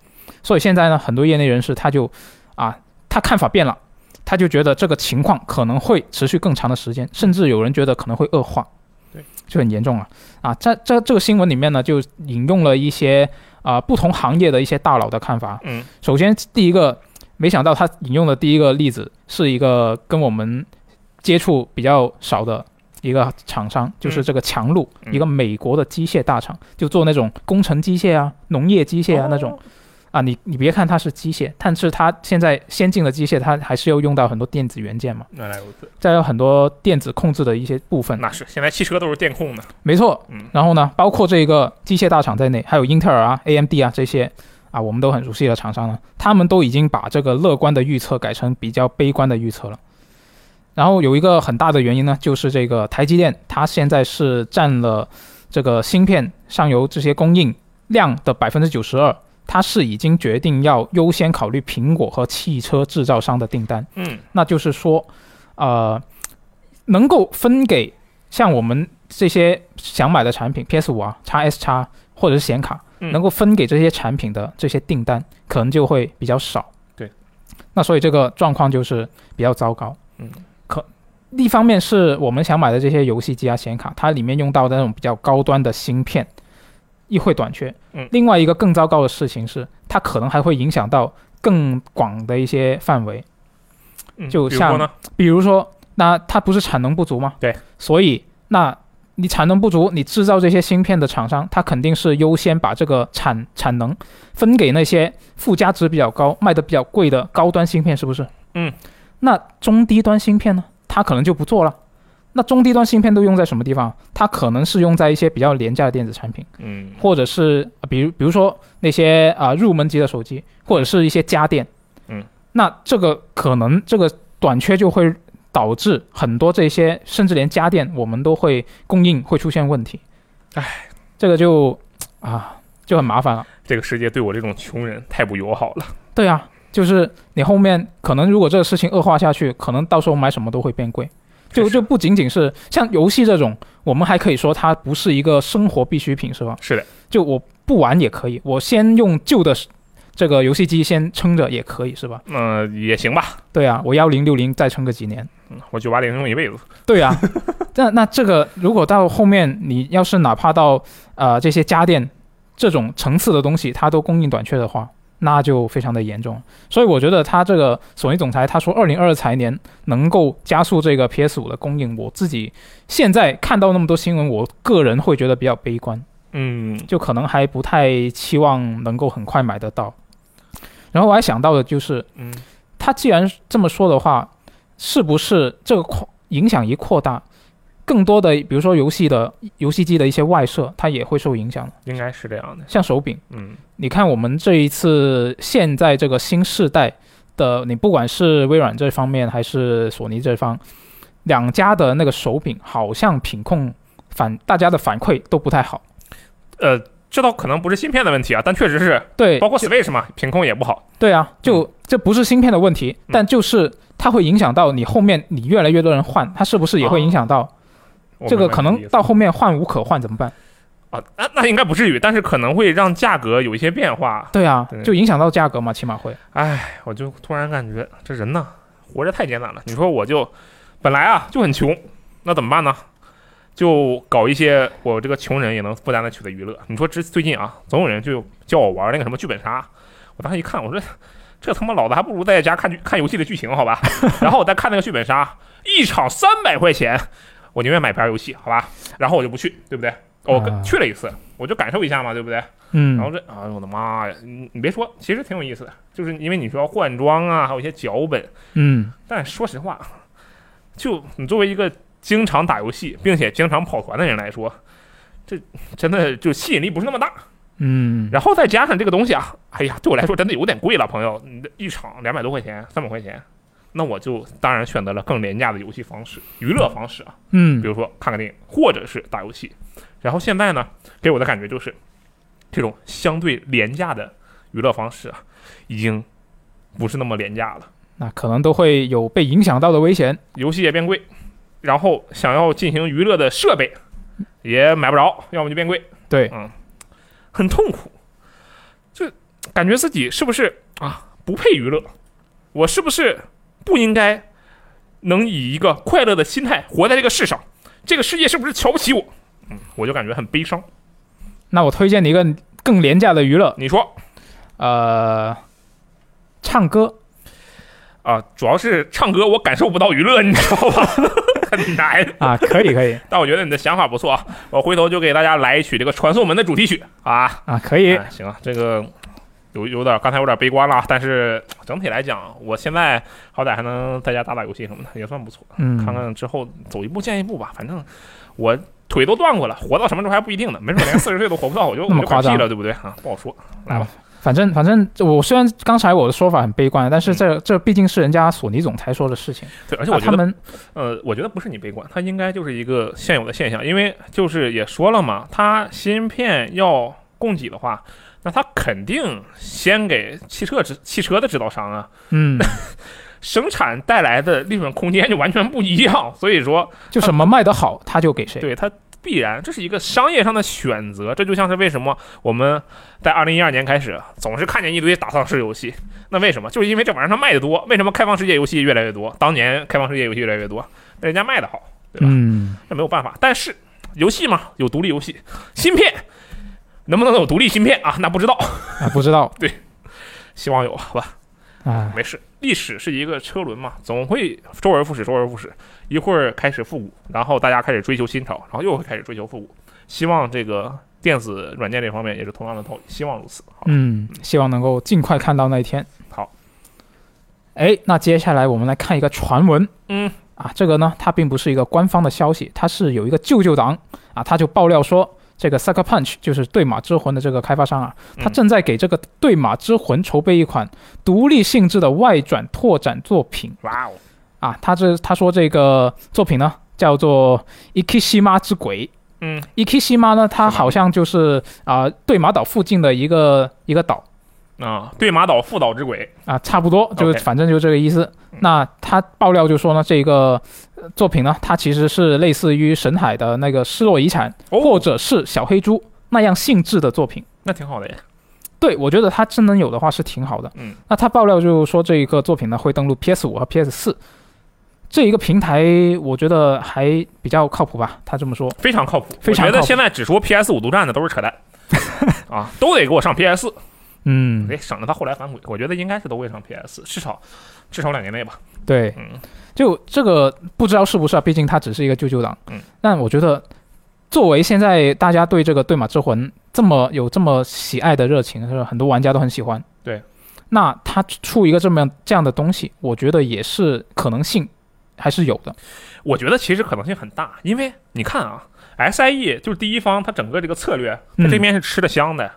Speaker 2: 所以现在呢，很多业内人士他就啊，他看法变了。他就觉得这个情况可能会持续更长的时间，甚至有人觉得可能会恶化，
Speaker 3: 对，
Speaker 2: 就很严重了啊！在这这个新闻里面呢，就引用了一些啊、不同行业的一些大佬的看法。
Speaker 3: 嗯，
Speaker 2: 首先第一个，没想到他引用的第一个例子是一个跟我们接触比较少的一个厂商，就是这个强路，
Speaker 3: 嗯
Speaker 2: 一个美国的机械大厂，就做那种工程机械啊、农业机械啊、那
Speaker 3: 哦
Speaker 2: 种。啊，你你别看它是机械，但是它现在先进的机械，它还是要用到很多电子元件嘛，
Speaker 3: 原来如此，
Speaker 2: 再有很多电子控制的一些部分。
Speaker 3: 那是现在汽车都是电控的，
Speaker 2: 没错，
Speaker 3: 嗯
Speaker 2: 然后呢，包括这个机械大厂在内，还有英特尔啊、AMD 啊这些啊，我们都很熟悉的厂商呢，他们都已经把这个乐观的预测改成比较悲观的预测了。然后有一个很大的原因呢，就是这个台积电，它现在是占了这个芯片上游这些供应量的百分之九十二，它是已经决定要优先考虑苹果和汽车制造商的订单。
Speaker 3: 嗯，
Speaker 2: 那就是说，呃，能够分给像我们这些想买的产品，PS 五啊、x S 叉或者是显卡，
Speaker 3: 嗯
Speaker 2: 能够分给这些产品的这些订单，可能就会比较少。
Speaker 3: 对，
Speaker 2: 那所以这个状况就是比较糟糕。
Speaker 3: 嗯，
Speaker 2: 可一方面是我们想买的这些游戏机啊、显卡，它里面用到的那种比较高端的芯片。亦会短缺。
Speaker 3: 嗯
Speaker 2: 另外一个更糟糕的事情是，它可能还会影响到更广的一些范围，
Speaker 3: 嗯
Speaker 2: 就
Speaker 3: 比如说呢，
Speaker 2: 比如说，那它不是产能不足吗？
Speaker 3: 对，
Speaker 2: 所以那你产能不足，你制造这些芯片的厂商，它肯定是优先把这个产产能分给那些附加值比较高、卖的比较贵的高端芯片，是不是？
Speaker 3: 嗯，
Speaker 2: 那中低端芯片呢，它可能就不做了。那中低端芯片都用在什么地方？它可能是用在一些比较廉价的电子产品，
Speaker 3: 嗯，
Speaker 2: 或者是呃比如比如说那些啊、呃入门级的手机，或者是一些家电，
Speaker 3: 嗯，
Speaker 2: 那这个可能这个短缺就会导致很多这些甚至连家电我们都会供应会出现问题，唉，这个就啊就很麻烦了。
Speaker 3: 这个世界对我这种穷人太不友好了。
Speaker 2: 对啊，就是你后面可能如果这个事情恶化下去，可能到时候买什么都会变贵。就
Speaker 3: 确实
Speaker 2: 就不仅仅是像游戏这种，我们还可以说它不是一个生活必需品，是吧？
Speaker 3: 是的，
Speaker 2: 就我不玩也可以，我先用旧的这个游戏机先撑着也可以，是吧？
Speaker 3: 嗯、也行吧，
Speaker 2: 对啊，我幺零六零再撑个几年。
Speaker 3: 嗯我九八零用一辈子，
Speaker 2: 对啊，那那这个如果到后面你要是哪怕到呃这些家电这种层次的东西，它都供应短缺的话，那就非常的严重。所以我觉得他这个索尼总裁他说，二零二财年能够加速这个 PS 五的供应，我自己现在看到那么多新闻，我个人会觉得比较悲观。
Speaker 3: 嗯，
Speaker 2: 就可能还不太期望能够很快买得到。然后我还想到的就是，
Speaker 3: 嗯，
Speaker 2: 他既然这么说的话，是不是这个扩影响一扩大，更多的，比如说游戏的游戏机的一些外设，它也会受影响的。
Speaker 3: 应该是这样的。
Speaker 2: 像手柄，
Speaker 3: 嗯，
Speaker 2: 你看我们这一次现在这个新世代的，你不管是微软这方面还是索尼这方，两家的那个手柄好像品控反大家的反馈都不太好。
Speaker 3: 呃，这倒可能不是芯片的问题啊，但确实是，
Speaker 2: 对，
Speaker 3: 包括 Switch 嘛，品控也不好。
Speaker 2: 对啊，就这不是芯片的问题，
Speaker 3: 嗯
Speaker 2: 但就是它会影响到你后面你越来越多人换，它是不是也会影响到
Speaker 3: 啊我
Speaker 2: 这个？
Speaker 3: 明白
Speaker 2: 可
Speaker 3: 你的
Speaker 2: 能
Speaker 3: 意思
Speaker 2: 到后面换无可换怎么办？
Speaker 3: 啊，那那应该不至于，但是可能会让价格有一些变化。
Speaker 2: 对啊
Speaker 3: 对，
Speaker 2: 就影响到价格嘛，起码会。
Speaker 3: 哎，我就突然感觉这人呐，活着太艰难了。你说我就本来啊就很穷，那怎么办呢？就搞一些我这个穷人也能负担得起的娱乐。你说这最近啊，总有人就叫我玩那个什么剧本杀，我当时一看，我说这他妈老子还不如在家看剧看游戏的剧情好吧。然后我再看那个剧本杀，一场三百块钱，我宁愿买盘游戏好吧。然后我就不去，对不对？我跟
Speaker 2: 啊
Speaker 3: 去了一次，我就感受一下嘛，对不对？然后
Speaker 2: 嗯，
Speaker 3: 这，哎呦我的妈呀！你你别说，其实挺有意思的，就是因为你说要换装啊，还有一些脚本。
Speaker 2: 嗯，
Speaker 3: 但说实话，就你作为一个经常打游戏并且经常跑团的人来说，这真的就吸引力不是那么大。
Speaker 2: 嗯，
Speaker 3: 然后再加上这个东西啊，哎呀，对我来说真的有点贵了，朋友，你的一场两百多块钱、三百块钱，那我就当然选择了更廉价的游戏方式、娱乐方式啊。
Speaker 2: 嗯
Speaker 3: 比，如说看个电影，或者是打游戏。然后现在呢，给我的感觉就是，这种相对廉价的娱乐方式啊，已经不是那么廉价了。
Speaker 2: 那可能都会有被影响到的危险。
Speaker 3: 游戏也变贵，然后想要进行娱乐的设备也买不着，要么就变贵，嗯
Speaker 2: 对，
Speaker 3: 很痛苦。就感觉自己是不是啊不配娱乐？我是不是不应该能以一个快乐的心态活在这个世上？这个世界是不是瞧不起我？嗯，我就感觉很悲伤。
Speaker 2: 那我推荐你一个更廉价的娱乐，
Speaker 3: 你说
Speaker 2: 呃，唱 歌。
Speaker 3: 啊，主要是唱歌我感受不到娱乐，你 知道吧？很难。
Speaker 2: 啊，可以可以
Speaker 3: 但我觉得你的想法不错啊，我回头就给大家来一曲这个《传送门》的主题曲啊。
Speaker 2: 啊，可以
Speaker 3: 哎，行啊，这个有有点刚才有点悲观了啊，但是整体来讲，我现在好歹还能在家打打游戏什么的，也算不错。
Speaker 2: 嗯，
Speaker 3: 看看之后走一步见一步吧，反正我。腿都断过了，活到什么时候还不一定呢，没准连四十岁都活不到，我就
Speaker 2: 那
Speaker 3: 我
Speaker 2: 么
Speaker 3: 就嗝
Speaker 2: 夸张
Speaker 3: 屁了，对不对啊？不好说，来吧，
Speaker 2: 反正反正，我虽然刚才我的说法很悲观，但是这这毕竟是人家索尼总裁说的事情，
Speaker 3: 对，而且
Speaker 2: 啊，
Speaker 3: 嗯我觉
Speaker 2: 他
Speaker 3: 得
Speaker 2: 们
Speaker 3: 呃，我觉得不是你悲观，它应该就是一个现有的现象，因为就是也说了嘛，它芯片要供给的话，那它肯定先给汽车制汽车的制造商啊，
Speaker 2: 嗯，
Speaker 3: 生产带来的利润空间就完全不一样，所以说
Speaker 2: 就什么卖得好他就给谁，
Speaker 3: 对它必然这是一个商业上的选择，这就像是为什么我们在二零一二年开始总是看见一堆打丧尸游戏，那为什么？就是因为这玩意儿它卖的多，为什么开放世界游戏越来越多？当年开放世界游戏越来越多，那人家卖的好，对吧？
Speaker 2: 嗯，
Speaker 3: 这没有办法。但是游戏嘛，有独立游戏，芯片能不能有独立芯片啊？那不知道，
Speaker 2: 啊， 不知道
Speaker 3: 希望有好吧。
Speaker 2: 啊，
Speaker 3: 没事，历史是一个车轮嘛，总会周而复始，周而复始。一会儿开始复古，然后大家开始追求新潮，然后又会开始追求复古。希望这个电子软件这方面也是同样的道理，希望如此。好吧，
Speaker 2: 嗯，希望能够尽快看到那一天。
Speaker 3: 好，
Speaker 2: 哎，那接下来我们来看一个传闻
Speaker 3: 嗯，
Speaker 2: 啊，这个呢，它并不是一个官方的消息，它是有一个舅舅党啊，他就爆料说。这个 Sucker Punch 就是《对马之魂》的这个开发商啊，他
Speaker 3: 嗯
Speaker 2: 正在给这个《对马之魂》筹备一款独立性质的外转拓展作品。
Speaker 3: 哇哦，
Speaker 2: 啊，他这他说这个作品呢叫做《Ikishima 之鬼》。
Speaker 3: 嗯
Speaker 2: ，Ikishima 呢，它
Speaker 3: 是吗
Speaker 2: 好像就是啊、对马岛附近的一个一个岛
Speaker 3: 啊，对马岛副岛之鬼，
Speaker 2: 啊，差不多就是
Speaker 3: OK
Speaker 2: 反正就是这个意思。
Speaker 3: 嗯
Speaker 2: 那他爆料就说呢，这个呃作品呢，它其实是类似于神海的那个《失落遗产》
Speaker 3: 哦
Speaker 2: 或者是小黑猪那样性质的作品。
Speaker 3: 那挺好的呀。
Speaker 2: 对，我觉得它真能有的话是挺好的。
Speaker 3: 嗯，
Speaker 2: 那他爆料就说这一个作品呢会登陆 PS 五和 PS 四，这一个平台我觉得还比较靠谱吧。他这么说，
Speaker 3: 非常靠谱。
Speaker 2: 非常
Speaker 3: 我觉
Speaker 2: 靠
Speaker 3: 得
Speaker 2: 谱
Speaker 3: 现在只说 PS 五独占的都是扯淡 啊，都得给我上 PS，
Speaker 2: 嗯，
Speaker 3: 得哎省着他后来反悔。我觉得应该是都会上 PS，至少至少两年内吧。
Speaker 2: 对，
Speaker 3: 嗯
Speaker 2: 就这个不知道是不是啊，毕竟它只是一个舅舅党。
Speaker 3: 嗯，
Speaker 2: 但我觉得作为现在大家对这个《对马之魂》这么有这么喜爱的热情，是很多玩家都很喜欢。
Speaker 3: 对，
Speaker 2: 那他出一个这么这样的东西，我觉得也是可能性还是有的。
Speaker 3: 我觉得其实可能性很大，因为你看啊，SIE 就是第一方，它整个这个策略，它这边是吃的香的。
Speaker 2: 嗯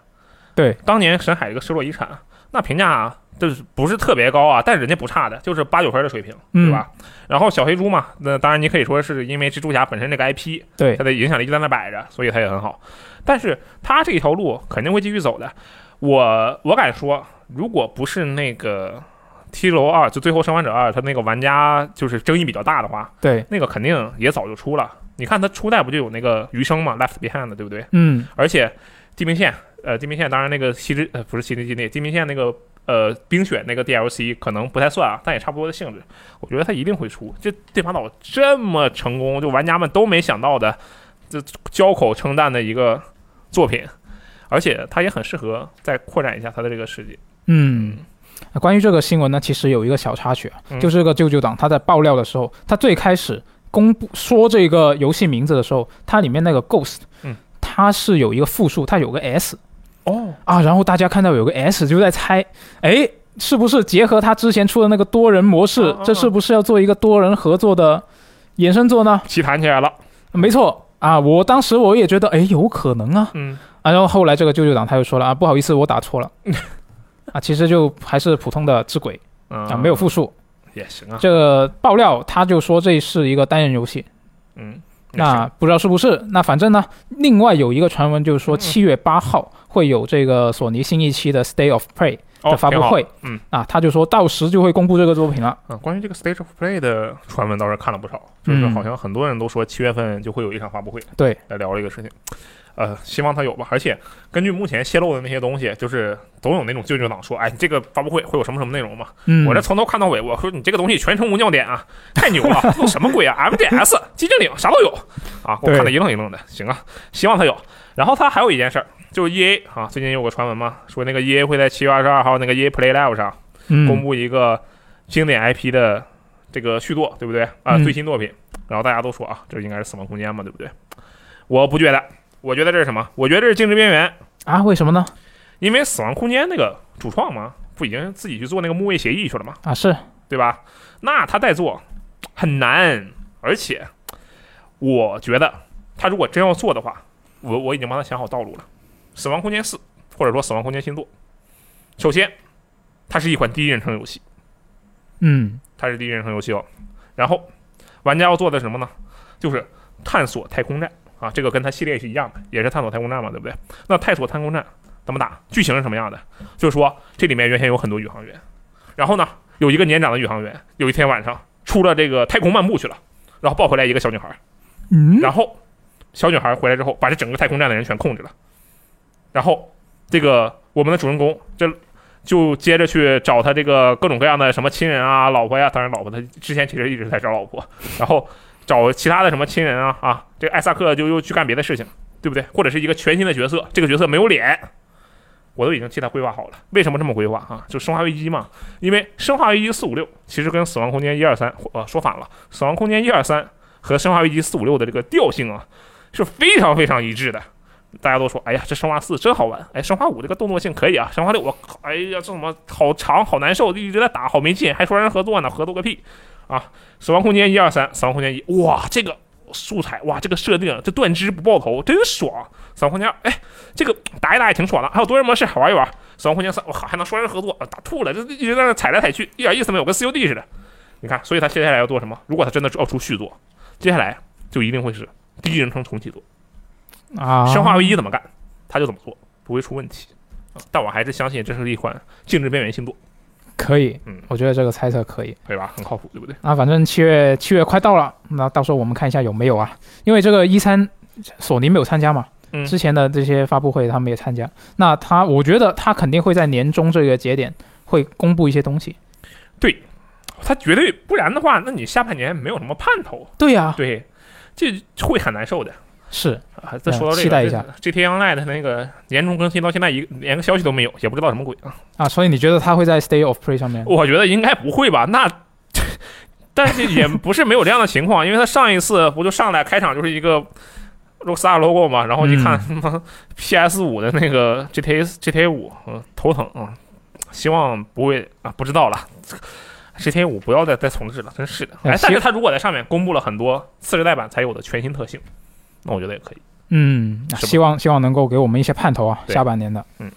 Speaker 2: 对，
Speaker 3: 当年沈海这个失落遗产，那评价啊，就是不是特别高啊，但是人家不差的，就是八九分的水平，
Speaker 2: 嗯
Speaker 3: 对吧？然后小黑猪嘛，那当然你可以说是因为蜘蛛侠本身这个 IP，
Speaker 2: 对
Speaker 3: 它的影响力就在那摆着，所以它也很好。但是它这一条路肯定会继续走的。我我敢说，如果不是那个 T 楼二，就最后生还者二，它那个玩家就是争议比较大的话，
Speaker 2: 对，
Speaker 3: 那个肯定也早就出了。你看它初代不就有那个余生嘛，Left Behind，对不对？
Speaker 2: 嗯，
Speaker 3: 而且地平线，呃，地平线当然那个西之呃不是西之基地，地平线那个呃冰雪那个 DLC 可能不太算啊，但也差不多的性质。我觉得它一定会出。这对马岛这么成功，就玩家们都没想到的，这交口称赞的一个作品，而且它也很适合再扩展一下它的这个世界。
Speaker 2: 嗯，那关于这个新闻呢，其实有一个小插曲啊，
Speaker 3: 嗯
Speaker 2: 就是这个舅舅党他在爆料的时候，他最开始公布说这个游戏名字的时候，它里面那个 Ghost，
Speaker 3: 嗯，
Speaker 2: 它是有一个复数，它有个 S
Speaker 3: 哦，
Speaker 2: 啊，然后大家看到有个 S 就在猜，哎，是不是结合他之前出的那个多人模式
Speaker 3: 哦哦，
Speaker 2: 这是不是要做一个多人合作的衍生作呢？
Speaker 3: 棋盘起来了。
Speaker 2: 没错啊，我当时我也觉得，哎，有可能啊，
Speaker 3: 嗯，
Speaker 2: 啊，然后后来这个舅舅党他又说了啊，不好意思，我打 错了。啊，其实就还是普通的之鬼啊，
Speaker 3: 啊
Speaker 2: 没有复数。
Speaker 3: 也行啊。
Speaker 2: 这个爆料他就说这是一个单人游戏，
Speaker 3: 嗯，也
Speaker 2: 那
Speaker 3: 行
Speaker 2: 不知道是不是？那反正呢，另外有一个传闻就是说
Speaker 3: 嗯
Speaker 2: 七月八号会有这个索尼新一期的《State of Play
Speaker 3: 哦
Speaker 2: 的发布
Speaker 3: 挺好
Speaker 2: 会
Speaker 3: 嗯》
Speaker 2: 啊，他就说到时就会公布这个作品了。
Speaker 3: 嗯，关于这个 Stage of Play 的传闻倒是看了不少，就是好像很多人都说七月份就会有一场发布会，
Speaker 2: 嗯对，
Speaker 3: 来聊这个事情。呃，希望它有吧。而且根据目前泄露的那些东西，就是总有那种舅舅党说，哎，你这个发布会会有什么什么内容嘛？
Speaker 2: 嗯，
Speaker 3: 我这从头看到尾，我说你这个东西全程无尿点啊，太牛了， 都什么鬼啊？MDS 寂静岭啥都有啊，给我
Speaker 2: 对
Speaker 3: 看得一愣一愣的。行啊，希望它有。然后它还有一件事儿，就是 EA 啊，最近有个传闻嘛，说那个 EA 会在七月二十二号那个 EA Play Live 上。公
Speaker 2: 嗯
Speaker 3: 布一个经典 IP 的这个续作，对不对？啊，
Speaker 2: 嗯
Speaker 3: 最新作品。然后大家都说啊，这应该是《死亡空间》嘛，对不对？我不觉得，我觉得这是什么？我觉得这是《静止边缘》，
Speaker 2: 啊，为什么呢？
Speaker 3: 因为《死亡空间》那个主创嘛，不已经自己去做那个木卫协议去了嘛，
Speaker 2: 啊，是
Speaker 3: 对吧？那他再做很难，而且我觉得他如果真要做的话，我我已经帮他想好道路了，《死亡空间四》或者说《死亡空间》新作。首先，它是一款第一人称游戏。
Speaker 2: 嗯
Speaker 3: 它是第一人称游戏哦。然后玩家要做的是什么呢？就是探索太空站啊，这个跟它系列是一样的，也是探索太空站嘛，对不对？那探索太空站怎么打？剧情是什么样的？就是说这里面原先有很多宇航员，然后呢有一个年长的宇航员，有一天晚上出了这个太空漫步去了，然后抱回来一个小女孩，
Speaker 2: 嗯
Speaker 3: 然后小女孩回来之后，把这整个太空站的人全控制了。然后这个我们的主人公这就接着去找他这个各种各样的什么亲人啊、老婆呀、当然老婆他之前其实一直在找老婆，然后找其他的什么亲人啊啊，这个艾萨克就又去干别的事情，对不对？或者是一个全新的角色，这个角色没有脸。我都已经替他规划好了，为什么这么规划啊？就《生化危机》嘛，因为《生化危机》四五六其实跟《死亡空间》一二三，呃，说反了，《死亡空间》一二三和《生化危机四五六》的这个调性啊，是非常非常一致的。大家都说，哎呀，这生化四真好玩，哎，生化五这个动作性可以啊，生化六我靠，哎呀，这怎么好长好难受，一直在打，好没劲，还说让人合作呢，合作个屁啊！死亡空间一二三，死亡空间一，哇，这个素材，哇，这个设定，这断肢不爆头，真爽！死亡空间二，哎，这个打一打也挺爽的，还有多人模式玩一玩。死亡空间三，我靠，还能双人合作，啊打吐了，这这一直在那踩来踩去，一点意思没有，跟 COD 似的。你看，所以他接下来要做什么？如果他真的要出续作，接下来就一定会是第一人称重启作，
Speaker 2: 啊，
Speaker 3: 生化危机》怎么干，他就怎么做，不会出问题。啊但我还是相信这是一款静止边缘星座，
Speaker 2: 可以
Speaker 3: 嗯，
Speaker 2: 我觉得这个猜测可以。
Speaker 3: 对吧？很靠谱，对不对？
Speaker 2: 啊，反正七月七月快到了，那到时候我们看一下有没有啊，因为这个一三索尼没有参加嘛，
Speaker 3: 嗯
Speaker 2: 之前的这些发布会他们也参加，那他我觉得他肯定会在年终这个节点会公布一些东西。
Speaker 3: 他绝对不然的话，那你下半年没有什么盼头，啊
Speaker 2: 对呀、
Speaker 3: 对，这会很难受的。
Speaker 2: 是
Speaker 3: 啊，再说到这个，
Speaker 2: 期待一下
Speaker 3: 这 GTA Online 的那个年终更新到现在一个连个消息都没有，也不知道什么鬼啊。
Speaker 2: 啊，所以你觉得他会在 State of Play 上面？
Speaker 3: 我觉得应该不会吧？那，但是也不是没有这样的情况，因为他上一次不就上来开场就是一个 Rockstar logo 嘛，然后一看
Speaker 2: 嗯
Speaker 3: 他妈 PS 五的那个呃 GTA GTA 五，嗯，头疼啊、嗯，希望不会啊，不知道了。石天武不要再再重置了，真是的。
Speaker 2: 哎
Speaker 3: 哎，但
Speaker 2: 行
Speaker 3: 是他如果在上面公布了很多次世代版才有的全新特性，那我觉得也可以。
Speaker 2: 嗯，啊
Speaker 3: 是吧
Speaker 2: 希望希望能够给我们一些盼头啊，
Speaker 3: 对
Speaker 2: 下半年的。
Speaker 3: 嗯，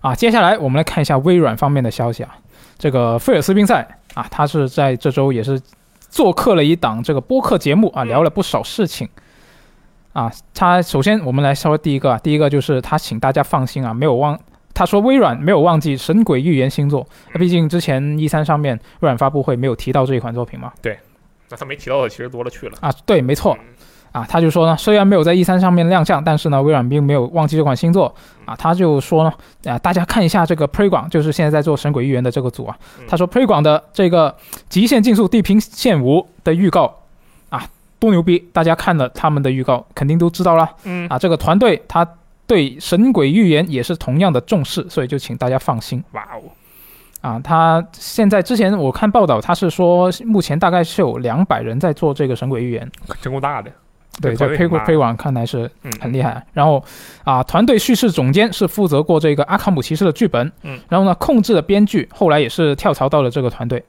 Speaker 2: 啊，接下来我们来看一下微软方面的消息啊。这个菲尔斯宾塞啊，他是在这周也是做客了一档这个播客节目啊，
Speaker 3: 嗯
Speaker 2: 聊了不少事情。啊，他首先我们来说第一个啊，第一个就是他请大家放心啊，没有忘。他说微软没有忘记《神鬼预言》星座，那毕竟之前一三上面微软发布会没有提到这一款作品嘛。
Speaker 3: 那他没提到的其实多了去了。
Speaker 2: 啊，对，没错，啊，他就说呢，虽然没有在 E 3上面亮相，但是呢，微软并没有忘记这款新作
Speaker 3: 嗯
Speaker 2: 啊。他就说呢，啊，大家看一下这个 p r e y g r o u n d 就是现在在做《神鬼预言》的这个组啊
Speaker 3: 嗯。
Speaker 2: 他说 p r e y g r o u n d 的这个《极限竞速：地平线五》的预告啊，多牛逼！大家看了他们的预告，肯定都知道啦。
Speaker 3: 嗯
Speaker 2: 啊，这个团队他对《神鬼预言》也是同样的重视，所以就请大家放心。
Speaker 3: 哇哦，
Speaker 2: 啊，他现在之前我看报道，他是说目前大概是有两百人在做这个《神鬼预言》，
Speaker 3: 真够大的。
Speaker 2: 对，在
Speaker 3: 团队
Speaker 2: 推
Speaker 3: 很
Speaker 2: 广
Speaker 3: 大
Speaker 2: 推广看来是
Speaker 3: 嗯，
Speaker 2: 很厉害。然后啊，团队叙事总监是负责过这个《阿卡姆骑士》的剧本，
Speaker 3: 嗯，
Speaker 2: 然后呢，控制的编剧后来也是跳槽到了这个团队，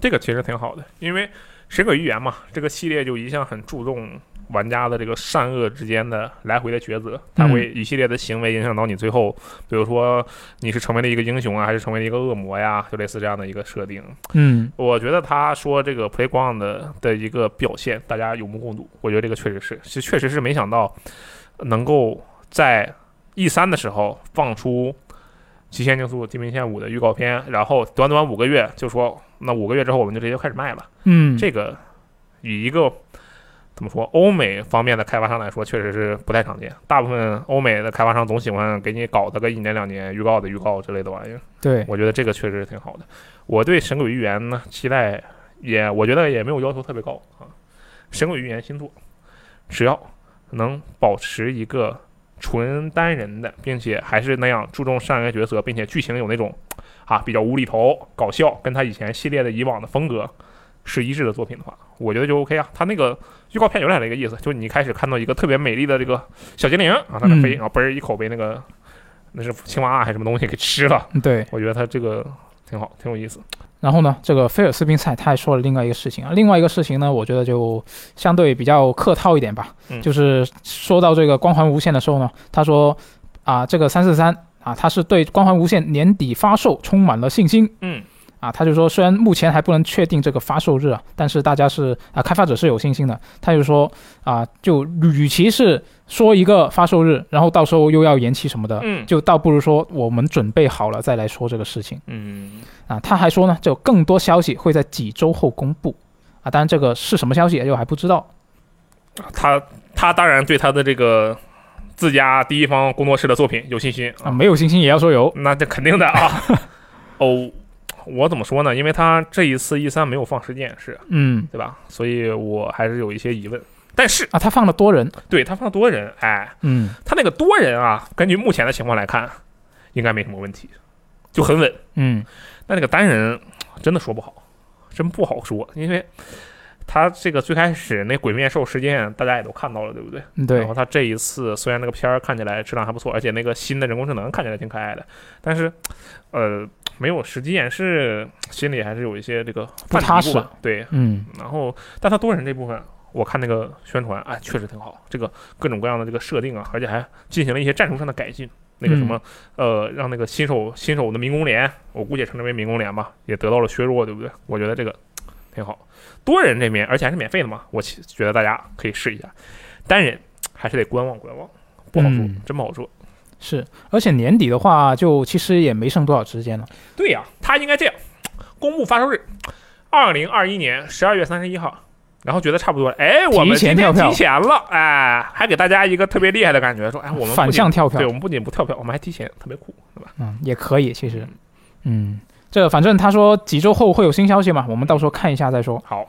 Speaker 3: 这个其实挺好的，因为《神鬼预言》嘛，这个系列就一向很注重玩家的这个善恶之间的来回的抉择，它会一系列的行为影响到你最后，比如说你是成为了一个英雄啊，还是成为了一个恶魔呀，就类似这样的一个设定。
Speaker 2: 嗯
Speaker 3: 我觉得他说这个 Playground 的的一个表现，大家有目共睹。我觉得这个确实是，是确实是没想到能够在 E 3的时候放出《极限竞速：地平线五》的预告片，然后短短五个月就说，那五个月之后我们就直接开始卖了。
Speaker 2: 嗯，
Speaker 3: 这个以一个怎么说欧美方面的开发商来说，确实是不太常见。大部分欧美的开发商总喜欢给你搞的个一年两年预告的预告之类的玩意儿。
Speaker 2: 对，
Speaker 3: 我觉得这个确实挺好的。我对《神鬼预言》呢期待也，我觉得也没有要求特别高啊。《神鬼预言》新作，只要能保持一个纯单人的，并且还是那样注重善恶角色，并且剧情有那种啊比较无厘头、搞笑，跟他以前系列的以往的风格是一致的作品的话，我觉得就 OK 啊。他那个预告片有点那个意思，就是你一开始看到一个特别美丽的这个小精灵啊，在那飞，
Speaker 2: 嗯
Speaker 3: 然后嘣儿一口被那个那是青蛙啊还是什么东西给吃了。
Speaker 2: 嗯对。
Speaker 3: 我觉得他这个挺好，挺有意思。
Speaker 2: 然后呢，这个菲尔斯宾塞他还说了另外一个事情啊，另外一个事情呢，我觉得就相对比较客套一点吧，
Speaker 3: 嗯
Speaker 2: 就是说到这个光环无限的时候呢，他说啊，这个三四三啊，他是对光环无限年底发售充满了信心，
Speaker 3: 嗯，
Speaker 2: 啊，他就说虽然目前还不能确定这个发售日啊，但是大家是啊，开发者是有信心的。他就说啊，就与其是说一个发售日，然后到时候又要延期什么的，
Speaker 3: 嗯
Speaker 2: 啊就倒不如说我们准备好了再来说这个事情
Speaker 3: 嗯，
Speaker 2: 啊。他还说呢，就更多消息会在几周后公布啊，当然这个是什么消息就还不知道。
Speaker 3: 他他当然对他的这个自家第一方工作室的作品有信心
Speaker 2: 啊，没有信心也要说有，
Speaker 3: 那这肯定的啊。 哦，我怎么说呢？因为他这一次 E 三没有放实际演示，
Speaker 2: 嗯
Speaker 3: 对吧？所以我还是有一些疑问。但是
Speaker 2: 啊，他放了多人，
Speaker 3: 对他放多人，哎，
Speaker 2: 嗯
Speaker 3: 他那个多人啊，根据目前的情况来看，应该没什么问题，就很稳。
Speaker 2: 嗯
Speaker 3: 但这个单人真的说不好，真不好说，因为他这个最开始那鬼面兽事件大家也都看到了，对不对？
Speaker 2: 嗯对
Speaker 3: 然后，他这一次虽然那个片儿看起来质量还不错，而且那个新的人工智能看起来挺可爱的，但是呃没有实际演示，心里还是有一些这个
Speaker 2: 不
Speaker 3: 犯嘀咕
Speaker 2: 踏实
Speaker 3: 吧。对，
Speaker 2: 嗯
Speaker 3: 然后但他多人这部分。我看那个宣传，哎，确实挺好。这个各种各样的这个设定啊，而且还进行了一些战术上的改进。
Speaker 2: 嗯
Speaker 3: 那个什么，呃，让那个新手新手的民工连，我估计也称之为民工连吧，也得到了削弱，对不对？我觉得这个挺好。多人这边，而且还是免费的嘛，我其觉得大家可以试一下。单人还是得观望观望，不好说，
Speaker 2: 嗯
Speaker 3: 真不好说。
Speaker 2: 是，而且年底的话，就其实也没剩多少时间了。
Speaker 3: 对呀、他应该这样，公布发售日，二零二一年十二月三十一号。然后觉得差不多了，哎，我们
Speaker 2: 提前
Speaker 3: 今
Speaker 2: 跳
Speaker 3: 天
Speaker 2: 票
Speaker 3: 提前了，哎，还给大家一个特别厉害的感觉，说，哎，我们不
Speaker 2: 反
Speaker 3: 仅
Speaker 2: 向跳票
Speaker 3: 对，我们不仅不跳票，我们还提前，特别酷，对吧？
Speaker 2: 嗯，也可以，其实，嗯，这反正他说几周后会有新消息嘛，我们到时候看一下再说。
Speaker 3: 好，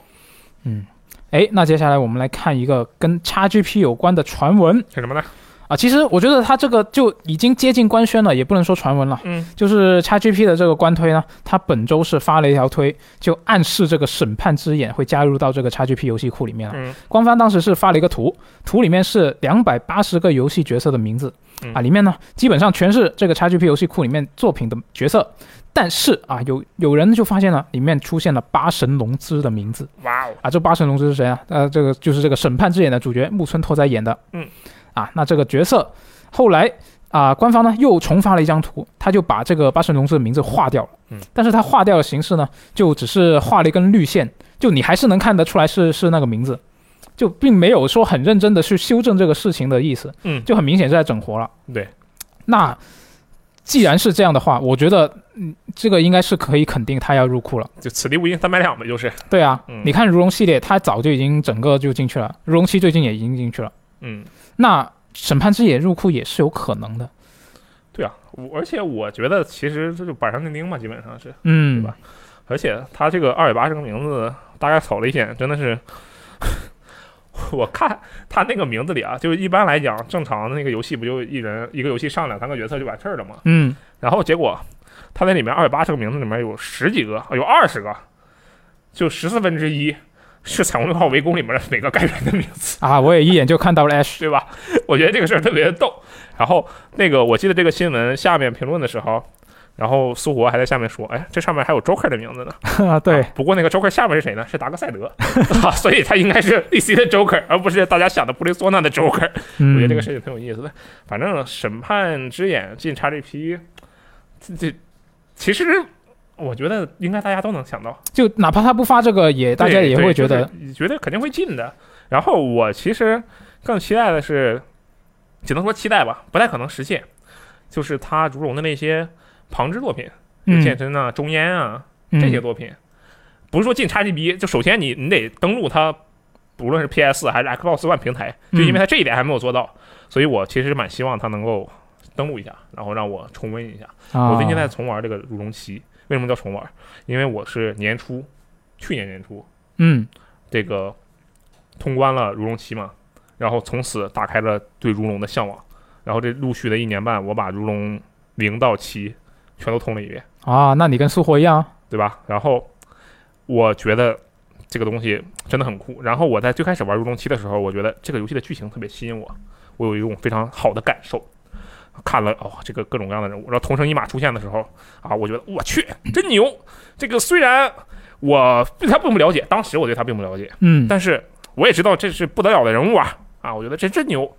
Speaker 2: 嗯，哎，那接下来我们来看一个跟 XGP 有关的传闻
Speaker 3: 是什么呢？
Speaker 2: 啊、啊，其实我觉得它这个就已经接近官宣了，也不能说传闻了。
Speaker 3: 嗯，
Speaker 2: 就是 XGP 的这个官推呢，它本周是发了一条推，就暗示这个审判之眼会加入到这个 XGP 游戏库里面了。
Speaker 3: 嗯
Speaker 2: 官方当时是发了一个图，图里面是两百八十个游戏角色的名字
Speaker 3: 嗯
Speaker 2: 啊，里面呢基本上全是这个 XGP 游戏库里面作品的角色，但是啊，有有人就发现了里面出现了八神龙之的名字。
Speaker 3: 哇哦，
Speaker 2: 啊，这八神龙之是谁啊？呃，这个就是这个审判之眼的主角木村拓哉演的。
Speaker 3: 嗯，
Speaker 2: 啊，那这个角色后来啊、官方呢又重发了一张图，他就把这个八神龙之的名字划掉了。
Speaker 3: 嗯，
Speaker 2: 但是他划掉的形式呢，就只是画了一根绿线，就你还是能看得出来是是那个名字，就并没有说很认真的去修正这个事情的意思，
Speaker 3: 嗯，
Speaker 2: 就很明显是在整活了。
Speaker 3: 对，
Speaker 2: 那既然是这样的话，我觉得嗯，这个应该是可以肯定他要入库了。
Speaker 3: 就此地无银三百两呗，就是，
Speaker 2: 对啊，
Speaker 3: 嗯
Speaker 2: 你看《如龙》系列，它早就已经整个就进去了，《如龙七》最近也已经进去了。
Speaker 3: 嗯，
Speaker 2: 那《审判之眼》入库也是有可能的，
Speaker 3: 对啊，我而且我觉得其实这就板上钉钉嘛，基本上是，
Speaker 2: 嗯
Speaker 3: 对吧而且他这个二百八这个名字，大概扫了一眼，真的是， 我看他那个名字里啊，就是一般来讲，正常的那个游戏不就一人一个游戏上两三个角色就完事儿了嘛，
Speaker 2: 嗯，
Speaker 3: 然后结果他那里面二百八这个名字里面有十几个，有二十个，就十四分之一是《彩虹六号围攻》里面的哪个盖人的名字，
Speaker 2: 啊，我也一眼就看到了 Ash，
Speaker 3: 对吧？我觉得这个事儿特别逗。然后那个我记得这个新闻下面评论的时候，然后苏活还在下面说：“哎，这上面还有 Joker 的名字呢。”
Speaker 2: 对
Speaker 3: 啊，不过那个 Joker 下面是谁呢？是达克赛德， 啊所以他应该是 DC 的 Joker，而不是大家想的布雷索纳的 Joker。
Speaker 2: 嗯，
Speaker 3: 我觉得这个事情挺有意思的。反正审判之眼进 XGP，这这其实我觉得应该大家都能想到，
Speaker 2: 就哪怕他不发这个也，大家
Speaker 3: 对
Speaker 2: 也
Speaker 3: 对
Speaker 2: 会觉得，
Speaker 3: 就是觉得肯定会进的。然后我其实更期待的是，只能说期待吧，不太可能实现，就是他如龙的那些旁支作品，就健
Speaker 2: 嗯，
Speaker 3: 身啊、中烟啊。
Speaker 2: 嗯
Speaker 3: 这些作品，不是说进 XGB，就首先你你得登录它，无论是 PS 还是 Xbox One 平台，就
Speaker 2: 嗯
Speaker 3: 因为它这一点还没有做到，所以我其实蛮希望它能够登录一下，然后让我重温一下。我最近在
Speaker 2: 啊
Speaker 3: 重玩这个《如龙七》，为什么叫重玩？因为我是年初，去年年初
Speaker 2: 嗯
Speaker 3: 这个通关了《如龙七》嘛，然后从此打开了对如龙的向往，然后这陆续的一年半，我把如龙零到七全都通了一遍。
Speaker 2: 啊，那你跟苏活一样啊，
Speaker 3: 对吧？然后我觉得这个东西真的很酷。然后我在最开始玩《如龙七》的时候，我觉得这个游戏的剧情特别吸引我，我有一种非常好的感受。看了哦，这个各种各样的人物，然后同生一马出现的时候啊，我觉得我去真牛。这个虽然我对他并不了解，当时我对他并不了解，
Speaker 2: 嗯，
Speaker 3: 但是我也知道这是不得了的人物啊啊，我觉得这真牛。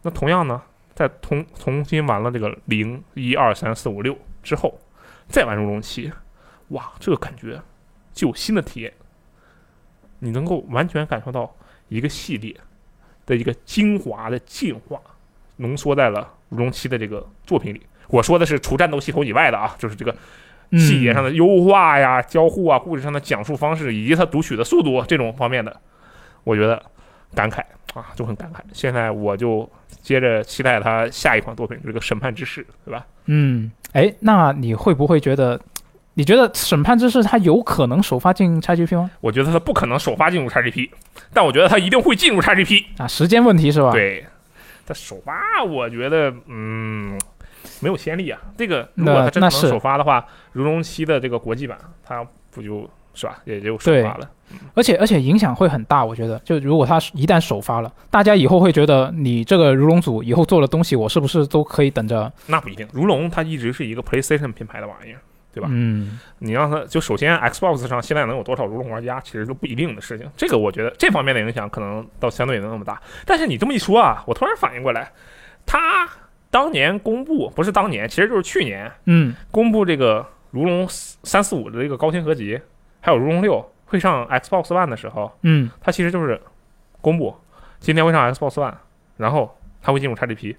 Speaker 3: 那同样呢，在重重新玩了这个零一二三四五六之后，再玩《如龙七》，哇，这个感觉就有新的体验，你能够完全感受到一个系列的一个精华的进化，浓缩在了《如龙七》的这个作品里。我说的是除战斗系统以外的啊，就是这个
Speaker 2: 嗯
Speaker 3: 细节上的优化呀、交互啊、故事上的讲述方式以及它读取的速度这种方面的，我觉得感慨啊，就很感慨。现在我就接着期待它下一款作品，就是这个《审判之誓》，对吧？
Speaker 2: 嗯，哎，那你会不会觉得，你觉得《审判之誓》它有可能首发进 XGP 吗？
Speaker 3: 我觉得它不可能首发进入 XGP，但我觉得嗯它一定会进入 XGP。
Speaker 2: 啊，时间问题是吧？，
Speaker 3: 对，它首发，我觉得嗯。没有先例啊！这个如果
Speaker 2: 那
Speaker 3: 它真
Speaker 2: 那
Speaker 3: 的能
Speaker 2: 是
Speaker 3: 首发的话，《如龙七》的这个国际版，它不就是吧，也就首
Speaker 2: 对
Speaker 3: 发了。
Speaker 2: 而且而且影响会很大，我觉得，就如果它一旦首发了，大家以后会觉得你这个如龙组以后做的东西，我是不是都可以等着？
Speaker 3: 那不一定，如龙它一直是一个 PlayStation 品牌的玩意儿，对吧
Speaker 2: 嗯，
Speaker 3: 你让他就首先 Xbox 上现在能有多少如龙玩家，其实都不一定的事情。这个我觉得这方面的影响可能倒相对没那么大。但是你这么一说啊，我突然反应过来，他当年公布不是当年，其实就是去年
Speaker 2: 嗯，
Speaker 3: 公布这个如龙三四五的这个高清合集，还有如龙六会上 Xbox One 的时候，
Speaker 2: 嗯，
Speaker 3: 它其实就是公布今天会上 Xbox One，然后它会进入 XGP，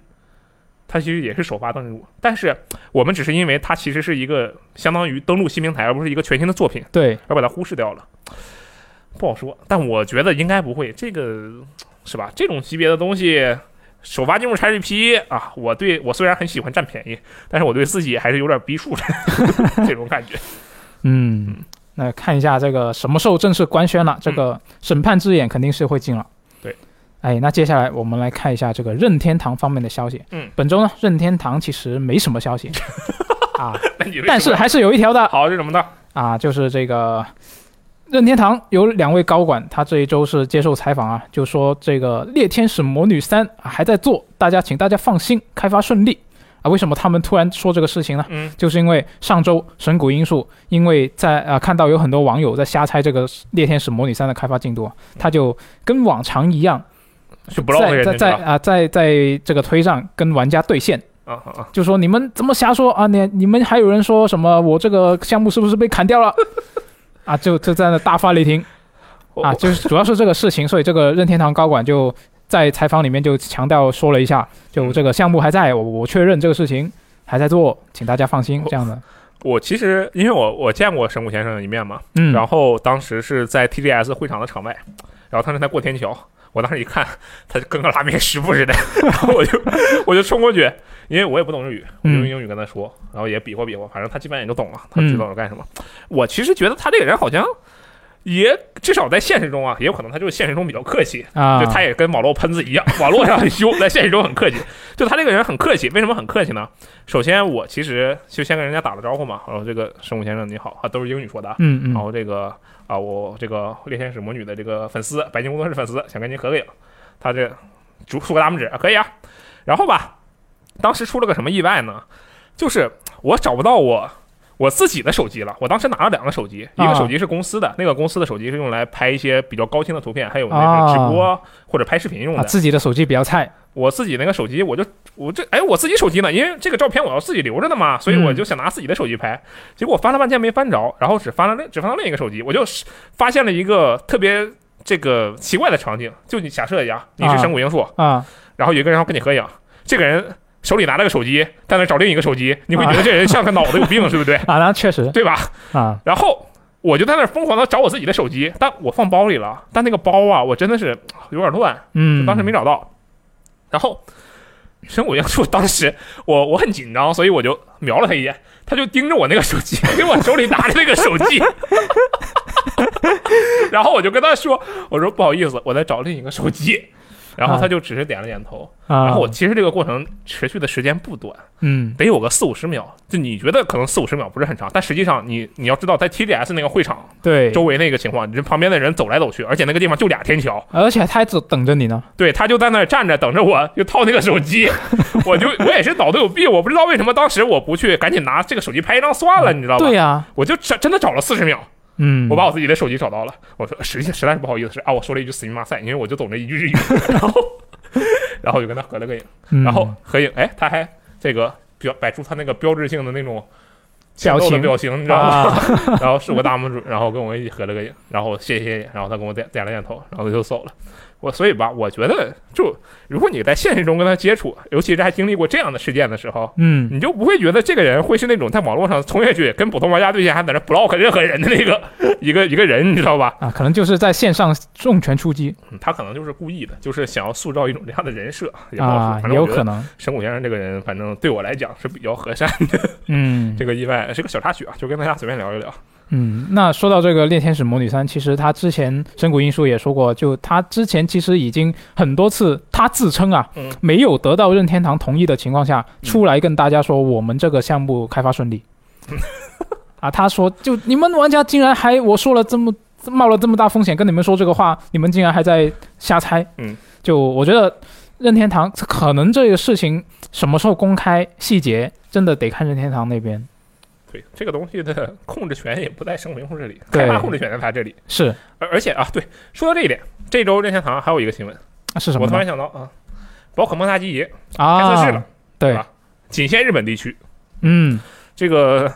Speaker 3: 它其实也是首发登陆，但是我们只是因为它其实是一个相当于登陆新平台，而不是一个全新的作品，
Speaker 2: 对，
Speaker 3: 而把它忽视掉了，不好说。但我觉得应该不会，这个是吧？这种级别的东西。首发进入 XGP 啊，我对我虽然很喜欢占便宜，但是我对自己还是有点逼数的 这种感觉。
Speaker 2: 嗯，那看一下这个什么时候正式官宣了，这个审判之眼肯定是会进了。
Speaker 3: 嗯对。
Speaker 2: 哎，那接下来我们来看一下这个任天堂方面的消息。
Speaker 3: 嗯，
Speaker 2: 本周呢，任天堂其实没什么消 息啊，
Speaker 3: 那你为
Speaker 2: 但
Speaker 3: 什
Speaker 2: 是
Speaker 3: 么
Speaker 2: 还是有一条的
Speaker 3: 好是什么呢？
Speaker 2: 啊，就是这个任天堂有两位高管，他这一周是接受采访啊，就说这个《猎天使魔女三》还在做，大家请大家放心，开发顺利啊。为什么他们突然说这个事情呢？
Speaker 3: 嗯，
Speaker 2: 就是因为上周神谷英树，因为在呃看到有很多网友在瞎猜这个《猎天使魔女三》的开发进度，啊他就跟往常一样，
Speaker 3: 就嗯不浪费
Speaker 2: 在
Speaker 3: 人
Speaker 2: 在
Speaker 3: 家
Speaker 2: 在
Speaker 3: 是吧
Speaker 2: 啊、在在这个推上跟玩家对线，
Speaker 3: 啊啊啊！
Speaker 2: 就说你们怎么瞎说啊？你你们还有人说什么我这个项目是不是被砍掉了？ 啊，就就在那大发雷霆
Speaker 3: 我
Speaker 2: 啊！就是主要是这个事情，所以这个任天堂高管就在采访里面就强调说了一下，就
Speaker 3: 嗯
Speaker 2: 这个项目还在，我我确认这个事情还在做，请大家放心这样 的。
Speaker 3: 我其实因为我我见过神谷先生的一面嘛，
Speaker 2: 嗯，
Speaker 3: 然后当时是在 TGS 会场的场外，然后当时他过天桥，我当时一看 他就跟个拉面师傅似的， 然后我就我就冲过去，因为我也不懂日语，我就用
Speaker 2: 嗯
Speaker 3: 英语跟他说，然后也比划比划，反正他基本也就懂了，他知道我干什么。我其实觉得他这个人好像。也至少在现实中啊，也有可能他就是现实中比较客气，
Speaker 2: 啊，
Speaker 3: 就他也跟网络喷子一样， 网络上很凶，在现实中很客气。就他这个人很客气，为什么很客气呢？首先，我其实就先跟人家打了招呼嘛，然后这个生物先生你好，啊，都是英语说的啊，
Speaker 2: 嗯
Speaker 3: 然
Speaker 2: 嗯
Speaker 3: 后这个啊，我这个猎天使魔女的这个粉丝，白金工作室粉丝，想跟您合个影。他这主竖个大拇指，啊可以啊。然后吧，当时出了个什么意外呢？就是我找不到我我自己的手机了。我当时拿了两个手机，一
Speaker 2: 啊
Speaker 3: 个手机是公司的，那个公司的手机是用来拍一些比较高清的图片，还有那个直播或者拍视频用
Speaker 2: 啊，
Speaker 3: 的。
Speaker 2: 自己的手机比较菜，
Speaker 3: 我自己那个手机，我就我这哎，我自己手机呢，因为这个照片我要自己留着的嘛，所以我就想拿自己的手机拍，结果我翻了半天没翻着，然后只翻了另只翻到另一个手机，我就是发现了一个特别这个奇怪的场景，就你假设一下，你是神谷英树，
Speaker 2: 啊
Speaker 3: 然后有一个人要跟你合影，这个人手里拿了个手机，在那找另一个手机，你会觉得这人像个脑子有病，对不对？
Speaker 2: 啊，那确实
Speaker 3: 对吧？
Speaker 2: 啊，
Speaker 3: 然后我就在那儿疯狂的找我自己的手机，但我放包里了，但那个包啊，我真的是有点乱，
Speaker 2: 嗯，
Speaker 3: 当时没找到。然后神谷英树当时我我很紧张，所以我就瞄了他一眼，他就盯着我那个手机， 跟我手里拿着那个手机。 然后我就跟他说：“我说不好意思，我在找另一个手机。”然后他就只是点了点头。
Speaker 2: 啊，
Speaker 3: 然后我其实这个过程持续的时间不短，
Speaker 2: 嗯
Speaker 3: 得有个四五十秒。就你觉得可能四五十秒不是很长，但实际上你你要知道，在 TDS 那个会场
Speaker 2: 对，
Speaker 3: 周围那个情况，人旁边的人走来走去，而且那个地方就俩天桥，
Speaker 2: 而且他还只等着你呢，
Speaker 3: 对他就在那儿站着等着我，就套那个 手机，我就我也是脑子有病，我不知道为什么当时我不去赶紧拿这个手机拍一张算了，你知道
Speaker 2: 嗯
Speaker 3: 吧？
Speaker 2: 对呀，
Speaker 3: 我就真真的找了四十秒，
Speaker 2: 嗯，
Speaker 3: 我把我自己的手机找到了。我说实际实在是不好意思，是啊，我说了一句死命马赛，因为我就懂这一句日语， 然后然后我就跟他合了个影，
Speaker 2: 嗯，
Speaker 3: 然后合影，哎，他还这个表摆出他那个标志性的那种
Speaker 2: 表
Speaker 3: 欠揍
Speaker 2: 情
Speaker 3: 的表情，你知道吗？
Speaker 2: 啊，
Speaker 3: 然后竖个大拇指，然后跟我一起合了个影，然后谢谢你，然后他跟我点点了点头，然后就走了。我所以吧，我觉得就如果你在现实中跟他接触，尤其是还经历过这样的事件的时候，
Speaker 2: 嗯，
Speaker 3: 你就不会觉得这个人会是那种在网络上冲下去跟普通玩家对线，还在那 block 任何人的那个一个一个人，你知道吧？
Speaker 2: 啊，可能就是在线上重拳出击
Speaker 3: 嗯他可能就是故意的，就是想要塑造一种这样的人设，也不好说
Speaker 2: 啊，
Speaker 3: 反
Speaker 2: 也
Speaker 3: 正
Speaker 2: 有
Speaker 3: 我觉
Speaker 2: 可
Speaker 3: 得
Speaker 2: 能，
Speaker 3: 神谷先生这个人，反正对我来讲是比较和善的。
Speaker 2: 嗯，
Speaker 3: 这个意外是个小插曲啊，就跟大家随便聊一聊。
Speaker 2: 嗯，那说到这个《猎天使魔女三》，其实他之前神谷英树也说过，就他之前其实已经很多次，他自称啊，
Speaker 3: 嗯
Speaker 2: 没有得到任天堂同意的情况下，出来跟大家说我们这个项目开发顺 利。啊，他说就你们玩家竟然还我说了这么冒了这么大风险跟你们说这个话，你们竟然还在瞎猜。
Speaker 3: 嗯，
Speaker 2: 就我觉得任天堂可能这个事情什么时候公开细节，真的得看任天堂那边。
Speaker 3: 对，这个东西的控制权也不在生明控这里，
Speaker 2: 对
Speaker 3: 开发控制权在他这里。
Speaker 2: 是
Speaker 3: 而而且啊，对，说到这一点，这周任天堂还有一个新闻，
Speaker 2: 是什么
Speaker 3: 我
Speaker 2: 呢？
Speaker 3: 突然想到啊，宝可梦大集结
Speaker 2: 啊，
Speaker 3: 开测试了，
Speaker 2: 对
Speaker 3: 啊，仅限日本地区。
Speaker 2: 嗯
Speaker 3: 这个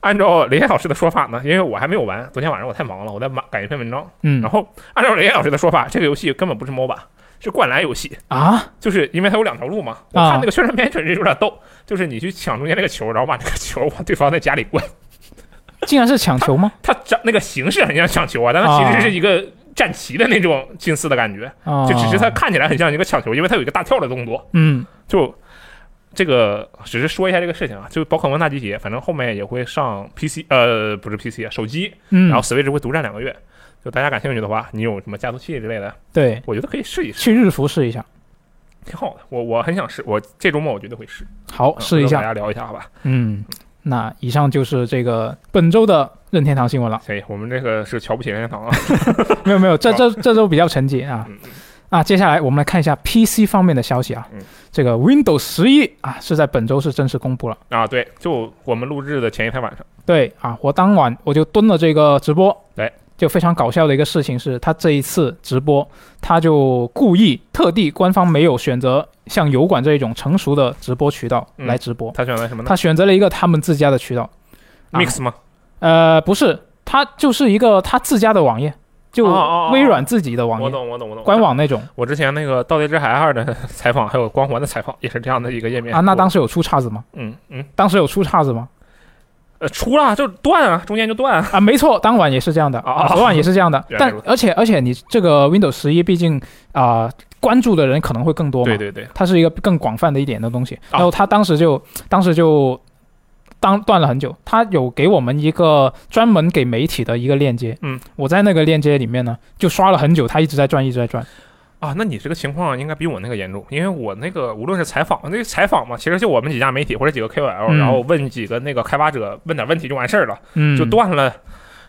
Speaker 3: 按照雷燕老师的说法呢，因为我还没有玩，昨天晚上我太忙了，我在忙赶一篇文章。
Speaker 2: 嗯
Speaker 3: 然后按照雷燕老师的说法，这个游戏根本不是 MOBA，是灌篮游戏，
Speaker 2: 啊，
Speaker 3: 就是因为它有两条路嘛。我看那个宣传片确实有点逗，就是你去抢中间那个球，然后把那个球往对方的家里灌。
Speaker 2: 竟然是抢球吗？
Speaker 3: 它长那个形式很像抢球啊，但它其实是一个战旗的那种近似的感觉，
Speaker 2: 啊，
Speaker 3: 就只是它看起来很像一个抢球，因为它有一个大跳的动作。
Speaker 2: 嗯
Speaker 3: 就这个只是说一下这个事情啊，就是宝可梦大集结，反正后面也会上 PC，呃，不是 PC，手机，
Speaker 2: 嗯，
Speaker 3: 然后 Switch 会独占两个月。就大家感兴趣的话，你有什么加速器之类的，
Speaker 2: 对，
Speaker 3: 我觉得可以试一试，
Speaker 2: 去日服试一下，
Speaker 3: 挺好的。我我很想试，我这周末我绝对会试，
Speaker 2: 好
Speaker 3: 嗯
Speaker 2: 哦试一
Speaker 3: 回头大
Speaker 2: 下，
Speaker 3: 家聊一下好吧？
Speaker 2: 嗯，那以上就是这个本周的任天堂新闻 了。
Speaker 3: 行，我们这个是瞧不起任天堂啊，
Speaker 2: 没有没有，这
Speaker 3: 好
Speaker 2: 这这周比较沉寂啊
Speaker 3: 嗯嗯。
Speaker 2: 啊，接下来我们来看一下 PC 方面的消息啊。
Speaker 3: 嗯
Speaker 2: 这个 Windows 十一啊是在本周是正式公布了。
Speaker 3: 啊，对，就我们录制的前一天晚上，
Speaker 2: 对啊，我当晚我就蹲了这个直播。
Speaker 3: 对，
Speaker 2: 就非常搞笑的一个事情是，他这一次直播，他就故意特地官方没有选择像油管这一种成熟的直播渠道
Speaker 3: 嗯
Speaker 2: 来直播，
Speaker 3: 他选择什么呢
Speaker 2: 他选择了一个他们自家的渠道。啊
Speaker 3: ？Mix 吗？
Speaker 2: 呃，不是，他就是一个他自家的网页，就
Speaker 3: 哦哦哦
Speaker 2: 微软自己的网
Speaker 3: 我
Speaker 2: 页，
Speaker 3: 懂，我懂，我懂。
Speaker 2: 官网那种
Speaker 3: 我之前那个《盗贼之海二》的 采访，还有光环的采访，也是这样的一个页面
Speaker 2: 啊。那
Speaker 3: 我
Speaker 2: 当时有出岔子吗？
Speaker 3: 嗯嗯
Speaker 2: 当时有出岔子吗？
Speaker 3: 呃出了就断啊，中间就断啊。
Speaker 2: 啊，没错，当晚也是这样的，
Speaker 3: 啊。
Speaker 2: 啊， 昨晚也是这样的
Speaker 3: 原来
Speaker 2: 但
Speaker 3: 如此
Speaker 2: 而且而且你这个 Windows 十一，毕竟啊、关注的人可能会更多嘛，
Speaker 3: 对对对，
Speaker 2: 它是一个更广泛的一点的东西。
Speaker 3: 啊
Speaker 2: 然后他当时就当时就当断了很久，他有给我们一个专门给媒体的一个链接，
Speaker 3: 嗯，
Speaker 2: 我在那个链接里面呢就刷了很久，他一直在转，一直在转。
Speaker 3: 啊，那你这个情况应该比我那个严重，因为我那个无论是采访，那个采访嘛，其实就我们几家媒体或者几个 KOL，、
Speaker 2: 嗯
Speaker 3: 然后问几个那个开发者问点问题就完事儿了，
Speaker 2: 嗯，
Speaker 3: 就断了。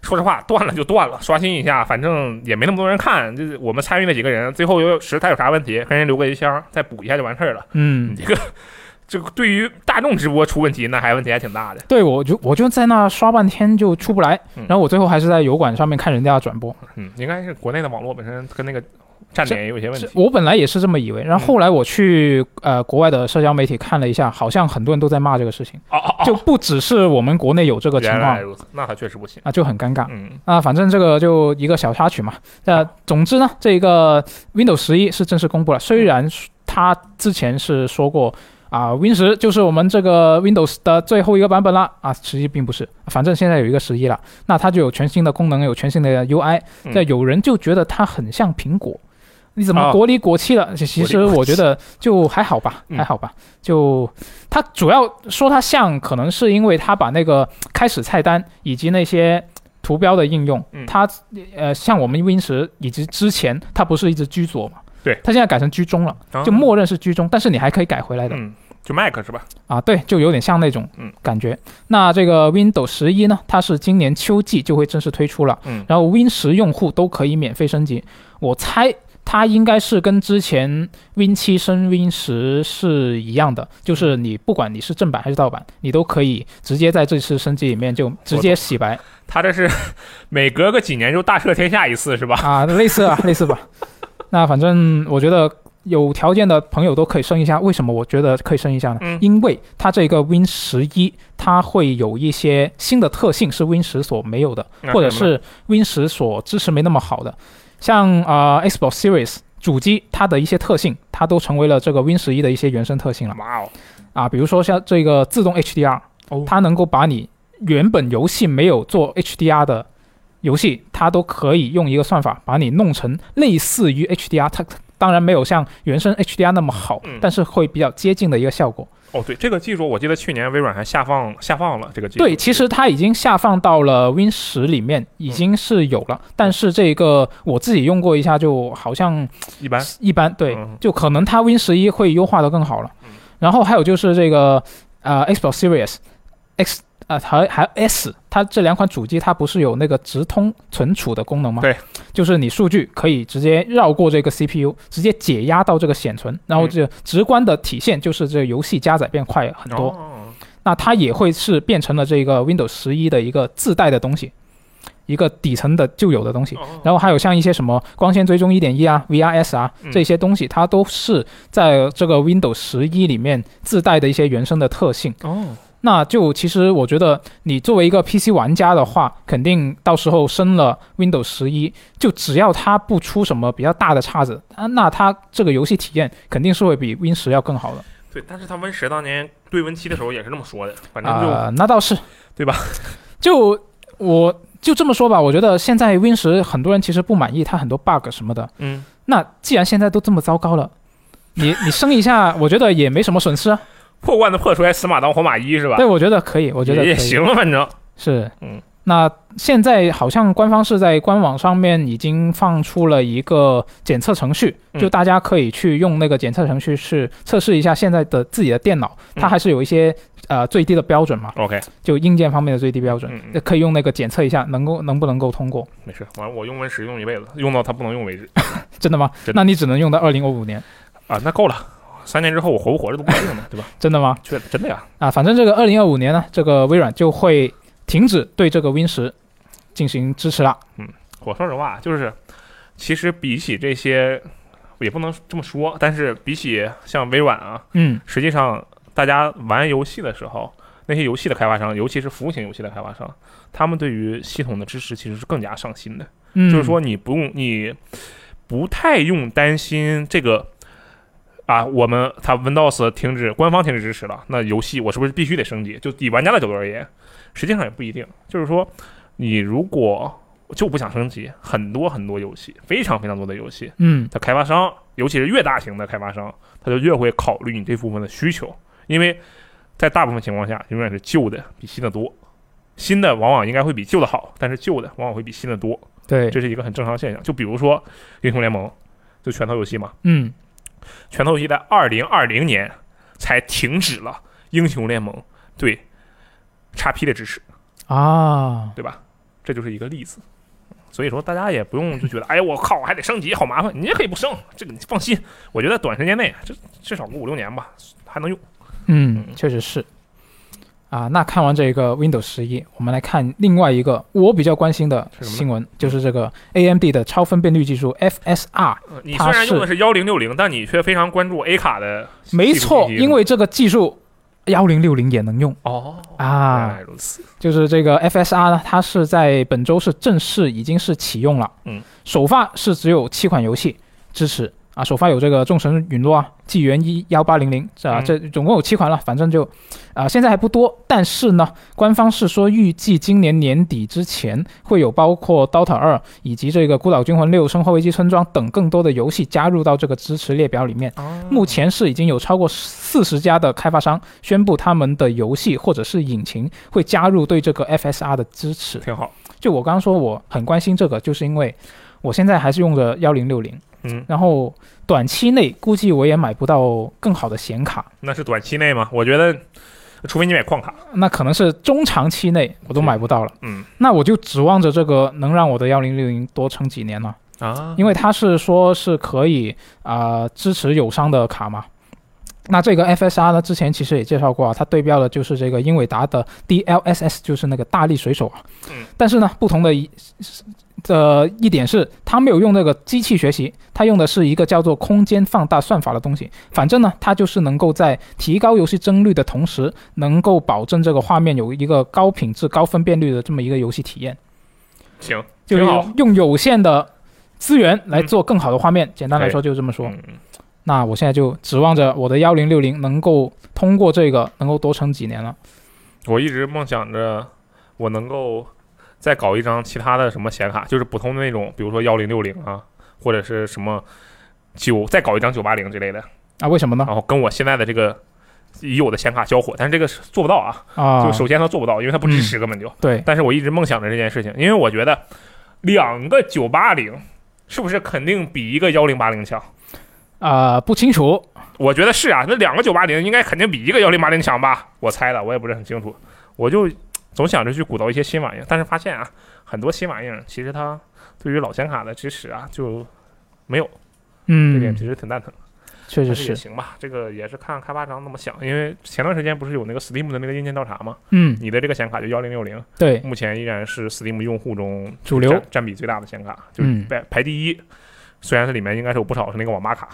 Speaker 3: 说实话，断了就断了，刷新一下，反正也没那么多人看。就是我们参与那几个人，最后有实在有啥问题，跟人留个邮箱，再补一下就完事儿了。你
Speaker 2: 嗯，
Speaker 3: 这个，这个对于大众直播出问题，那还问题还挺大的。
Speaker 2: 对我就我就在那刷半天就出不来，
Speaker 3: 嗯
Speaker 2: 然后我最后还是在油管上面看人家的转播。
Speaker 3: 嗯，应该是国内的网络本身跟那个站点也有一些问
Speaker 2: 是
Speaker 3: 题。
Speaker 2: 我本来也是这么以为，然后后来我去呃国外的社交媒体看了一下，好像很多人都在骂这个事情，
Speaker 3: 哦哦
Speaker 2: 就不只是我们国内有这个情
Speaker 3: 原来
Speaker 2: 况
Speaker 3: 如此，那他确实不行。
Speaker 2: 啊，就很尴尬。
Speaker 3: 嗯，
Speaker 2: 啊，反正这个就一个小插曲嘛。呃，总之呢，这个 Windows 十一是正式公布了。虽然它之前是说过啊、w i n 十就是我们这个 Windows 的最后一个版本了啊，实际并不是。反正现在有一个十一了，那它就有全新的功能，有全新的 UI
Speaker 3: 嗯。
Speaker 2: 那有人就觉得它很像苹果，你怎
Speaker 3: 啊
Speaker 2: 么国里国气了？其其实我觉得就还好吧，
Speaker 3: 嗯
Speaker 2: 还好吧。就它主要说它像，可能是因为它把那个开始菜单以及那些图标的应用，
Speaker 3: 嗯
Speaker 2: 它呃像我们 Win 十以及之前它不是一直居左嘛？
Speaker 3: 对
Speaker 2: 它现在改成居中了，
Speaker 3: 啊
Speaker 2: 就默认是居中，但是你还可以改回来的、
Speaker 3: 嗯，就 Mac 是吧？
Speaker 2: 啊。对，就有点像那种
Speaker 3: 嗯
Speaker 2: 感觉。那这个 Windows 十一呢，它是今年秋季就会正式推出了。
Speaker 3: 嗯
Speaker 2: 然后 Win 十用户都可以免费升级。我猜它应该是跟之前 Win 七升 Win 十是一样的，就是你不管你是正版还是盗版，你都可以直接在这次升级里面就直接洗白
Speaker 3: 他这是 每隔个几年就大赦天下一次是吧？
Speaker 2: 啊，类似啊，类似吧。那反正我觉得。有条件的朋友都可以升一下，为什么我觉得可以升一下呢？
Speaker 3: 嗯
Speaker 2: 因为它这个 Win 十一，它会有一些新的特性是 Win 十所没有的，
Speaker 3: 那
Speaker 2: 或者
Speaker 3: 什么呢
Speaker 2: 是 Win 十所支持没那么好的，像啊、呃 Xbox Series 主机它的一些特性，它都成为了这个 Win 十一的一些原生特性了
Speaker 3: 哇哦，
Speaker 2: 啊，比如说像这个自动 HDR，
Speaker 3: 哦
Speaker 2: 它能够把你原本游戏没有做 HDR 的游戏，它都可以用一个算法把你弄成类似于 HDR，它当然没有像原生 HDR 那么好
Speaker 3: 嗯，
Speaker 2: 但是会比较接近的一个效果。
Speaker 3: 哦对，这个技术我记得去年微软还下放下放了这个技术。
Speaker 2: 对，其实它已经下放到了 Win 十里面，
Speaker 3: 嗯
Speaker 2: 已经是有了，但是这个我自己用过一下，就好像
Speaker 3: 一般
Speaker 2: 一般，对
Speaker 3: 嗯，
Speaker 2: 就可能它 Win 十一会优化的更好了
Speaker 3: 嗯。
Speaker 2: 然后还有就是这个呃 Xbox Series X 啊、还还有 S，它这两款主机它不是有那个直通存储的功能吗？
Speaker 3: 对，
Speaker 2: 就是你数据可以直接绕过这个 CPU，直接解压到这个显存，
Speaker 3: 嗯
Speaker 2: 然后这直观的体现就是这个游戏加载变快很多。
Speaker 3: 哦
Speaker 2: 那它也会是变成了这个 Windows 十一的一个自带的东西，一个底层的就有的东西。
Speaker 3: 哦
Speaker 2: 然后还有像一些什么光纤追踪一点一啊、VRS 啊
Speaker 3: 嗯
Speaker 2: 这些东西，它都是在这个 Windows 十一里面自带的一些原生的特性。
Speaker 3: 哦，
Speaker 2: 那就其实我觉得，你作为一个 PC 玩家的话，肯定到时候升了 Windows 十一，就只要它不出什么比较大的岔子，啊，那它这个游戏体验肯定是会比 Win 十要更好的
Speaker 3: 对，但是他 Win 十当年对 Win 七的时候也是这么说的，反正就
Speaker 2: 啊、那倒是，
Speaker 3: 对吧？
Speaker 2: 就我就这么说吧，我觉得现在 Win 十很多人其实不满意它很多 bug 什么的，
Speaker 3: 嗯，
Speaker 2: 那既然现在都这么糟糕了，你你升一下，我觉得也没什么损失啊。
Speaker 3: 破罐子破摔，死马当活马医 是吧？
Speaker 2: 对，我觉得可以，我觉得
Speaker 3: 也
Speaker 2: 可以
Speaker 3: 行了，反正
Speaker 2: 是，
Speaker 3: 嗯，
Speaker 2: 那现在好像官方是在官网上面已经放出了一个检测程序，
Speaker 3: 嗯
Speaker 2: 就大家可以去用那个检测程序去测试一下现在的自己的电脑，
Speaker 3: 嗯
Speaker 2: 它还是有一些呃最低的标准嘛，
Speaker 3: OK，
Speaker 2: 就硬件方面的最低标准
Speaker 3: 嗯，嗯
Speaker 2: 那可以用那个检测一下能够能不能够通过，
Speaker 3: 没事，完我用 Win 十用一辈子，用到它不能用为止
Speaker 2: 真的吗？
Speaker 3: 真的
Speaker 2: 那你只能用到二零五五年，
Speaker 3: 啊，那够了。三年之后我活不活着都不一定呢，对吧？
Speaker 2: 真的吗？
Speaker 3: 确真的呀，
Speaker 2: 啊，反正这个二零二五年呢，这个微软就会停止对这个 Win 十进行支持了。
Speaker 3: 我说实话，就是其实比起这些，也不能这么说，但是比起像微软啊，
Speaker 2: 嗯，
Speaker 3: 实际上大家玩游戏的时候，那些游戏的开发商，尤其是服务型游戏的开发商，他们对于系统的支持其实是更加上心的。
Speaker 2: 嗯
Speaker 3: 就是说，你不用，你不太用担心这个啊，我们它 Windows 停止官方停止支持了，那游戏我是不是必须得升级？就以玩家的角度而言，实际上也不一定。就是说，你如果就不想升级，很多很多游戏，非常非常多的游戏，
Speaker 2: 嗯
Speaker 3: 它开发商，尤其是越大型的开发商，他就越会考虑你这部分的需求，因为在大部分情况下，永远是旧的比新的多，新的往往应该会比旧的好，但是旧的往往会比新的多，
Speaker 2: 对，
Speaker 3: 这是一个很正常现象。就比如说英雄联盟，就拳头游戏嘛，
Speaker 2: 嗯
Speaker 3: 拳头游戏在二零二零年才停止了英雄联盟对 XP 的支持，
Speaker 2: 啊，
Speaker 3: 对吧？这就是一个例子。所以说，大家也不用就觉得，哎，我靠，我还得升级，好麻烦。你也可以不升，这个你放心。我觉得短时间内，这至少个五六年吧，还能用。
Speaker 2: 嗯，确实是。啊，那看完这个 Windows 十一，我们来看另外一个我比较关心的
Speaker 3: 是什么呢
Speaker 2: 新闻，就是这个 AMD 的超分辨率技术 FSR。
Speaker 3: 呃你
Speaker 2: 它
Speaker 3: 虽然用的
Speaker 2: 是
Speaker 3: 是幺零六零，但你却非常关注 A 卡的技术信
Speaker 2: 没
Speaker 3: 息。
Speaker 2: 错，因为这个技术幺零六零也能用
Speaker 3: 哦，原
Speaker 2: 啊
Speaker 3: 来。如此。
Speaker 2: 就是这个 FSR 呢，它是在本周是正式已经是启用了。
Speaker 3: 嗯，
Speaker 2: 首发是只有七款游戏支持啊，首发有这个《众神陨落》啊，《纪元一幺八零零》啊，
Speaker 3: 嗯
Speaker 2: 这总共有七款了，反正就啊、现在还不多，但是呢，官方是说预计今年年底之前会有包括《DOTA 二》以及这个《孤岛惊魂六》《生化危机村庄》等更多的游戏加入到这个支持列表里面。目前是已经有超过四十家的开发商宣布他们的游戏或者是引擎会加入对这个 FSR 的支持。
Speaker 3: 挺好。
Speaker 2: 就我刚刚说我很关心这个，就是因为我现在还是用着幺零六零，
Speaker 3: 嗯，
Speaker 2: 然后短期内估计我也买不到更好的显卡，
Speaker 3: 那是短期内吗？我觉得，除非你买矿卡。
Speaker 2: 那可能是中长期内我都买不到了。
Speaker 3: 嗯
Speaker 2: 那我就指望着这个能让我的幺零六零多撑几年了。
Speaker 3: 啊
Speaker 2: 因为它是说是可以啊、呃支持友商的卡嘛。那这个 FSR 呢，之前其实也介绍过啊，它对标的就是这个英伟达的 DLSS，就是那个大力水手啊。
Speaker 3: 嗯。
Speaker 2: 但是呢，不同的一的一点是，它没有用那个机器学习，它用的是一个叫做空间放大算法的东西。反正呢，它就是能够在提高游戏帧率的同时，能够保证这个画面有一个高品质、高分辨率的这么一个游戏体验。
Speaker 3: 行，
Speaker 2: 就
Speaker 3: 挺
Speaker 2: 是
Speaker 3: 好。
Speaker 2: 用有限的资源来做更好的画面。简单来说就是这么说。
Speaker 3: 嗯，
Speaker 2: 那我现在就指望着我的幺零六零能够通过这个，能够多撑几年了。
Speaker 3: 我一直梦想着我能够再搞一张其他的什么显卡，就是普通的那种，比如说幺零六零啊，或者是什么九，再搞一张九八零之类的，
Speaker 2: 啊，为什么呢？
Speaker 3: 然后跟我现在的这个已有的显卡交火，但是这个是做不到啊，
Speaker 2: 啊
Speaker 3: 就，首先它做不到，因为它不支持根本就。
Speaker 2: 对，
Speaker 3: 但是我一直梦想着这件事情，因为我觉得两个九八零是不是肯定比一个幺零八零强？
Speaker 2: 啊，不清楚。
Speaker 3: 我觉得是啊，那两个九八零应该肯定比一个幺零八零强吧？我猜的，我也不是很清楚。我就总想着去鼓捣一些新玩意儿，但是发现啊，很多新玩意儿其实它对于老显卡的支持啊，就没有，这点
Speaker 2: 嗯
Speaker 3: 其，实挺蛋疼。
Speaker 2: 确实
Speaker 3: 但是也
Speaker 2: 是。
Speaker 3: 行吧，这个也是看开发商怎么想。因为前段时间不是有那个 Steam 的那个硬件调查吗？
Speaker 2: 嗯，
Speaker 3: 你的这个显卡就幺零六零，
Speaker 2: 对，
Speaker 3: 目前依然是 Steam 用户中
Speaker 2: 主流
Speaker 3: 占占比最大嗯的显卡，就是
Speaker 2: 嗯
Speaker 3: 排排第一。虽然它里面应该是有不少是那个网吧卡，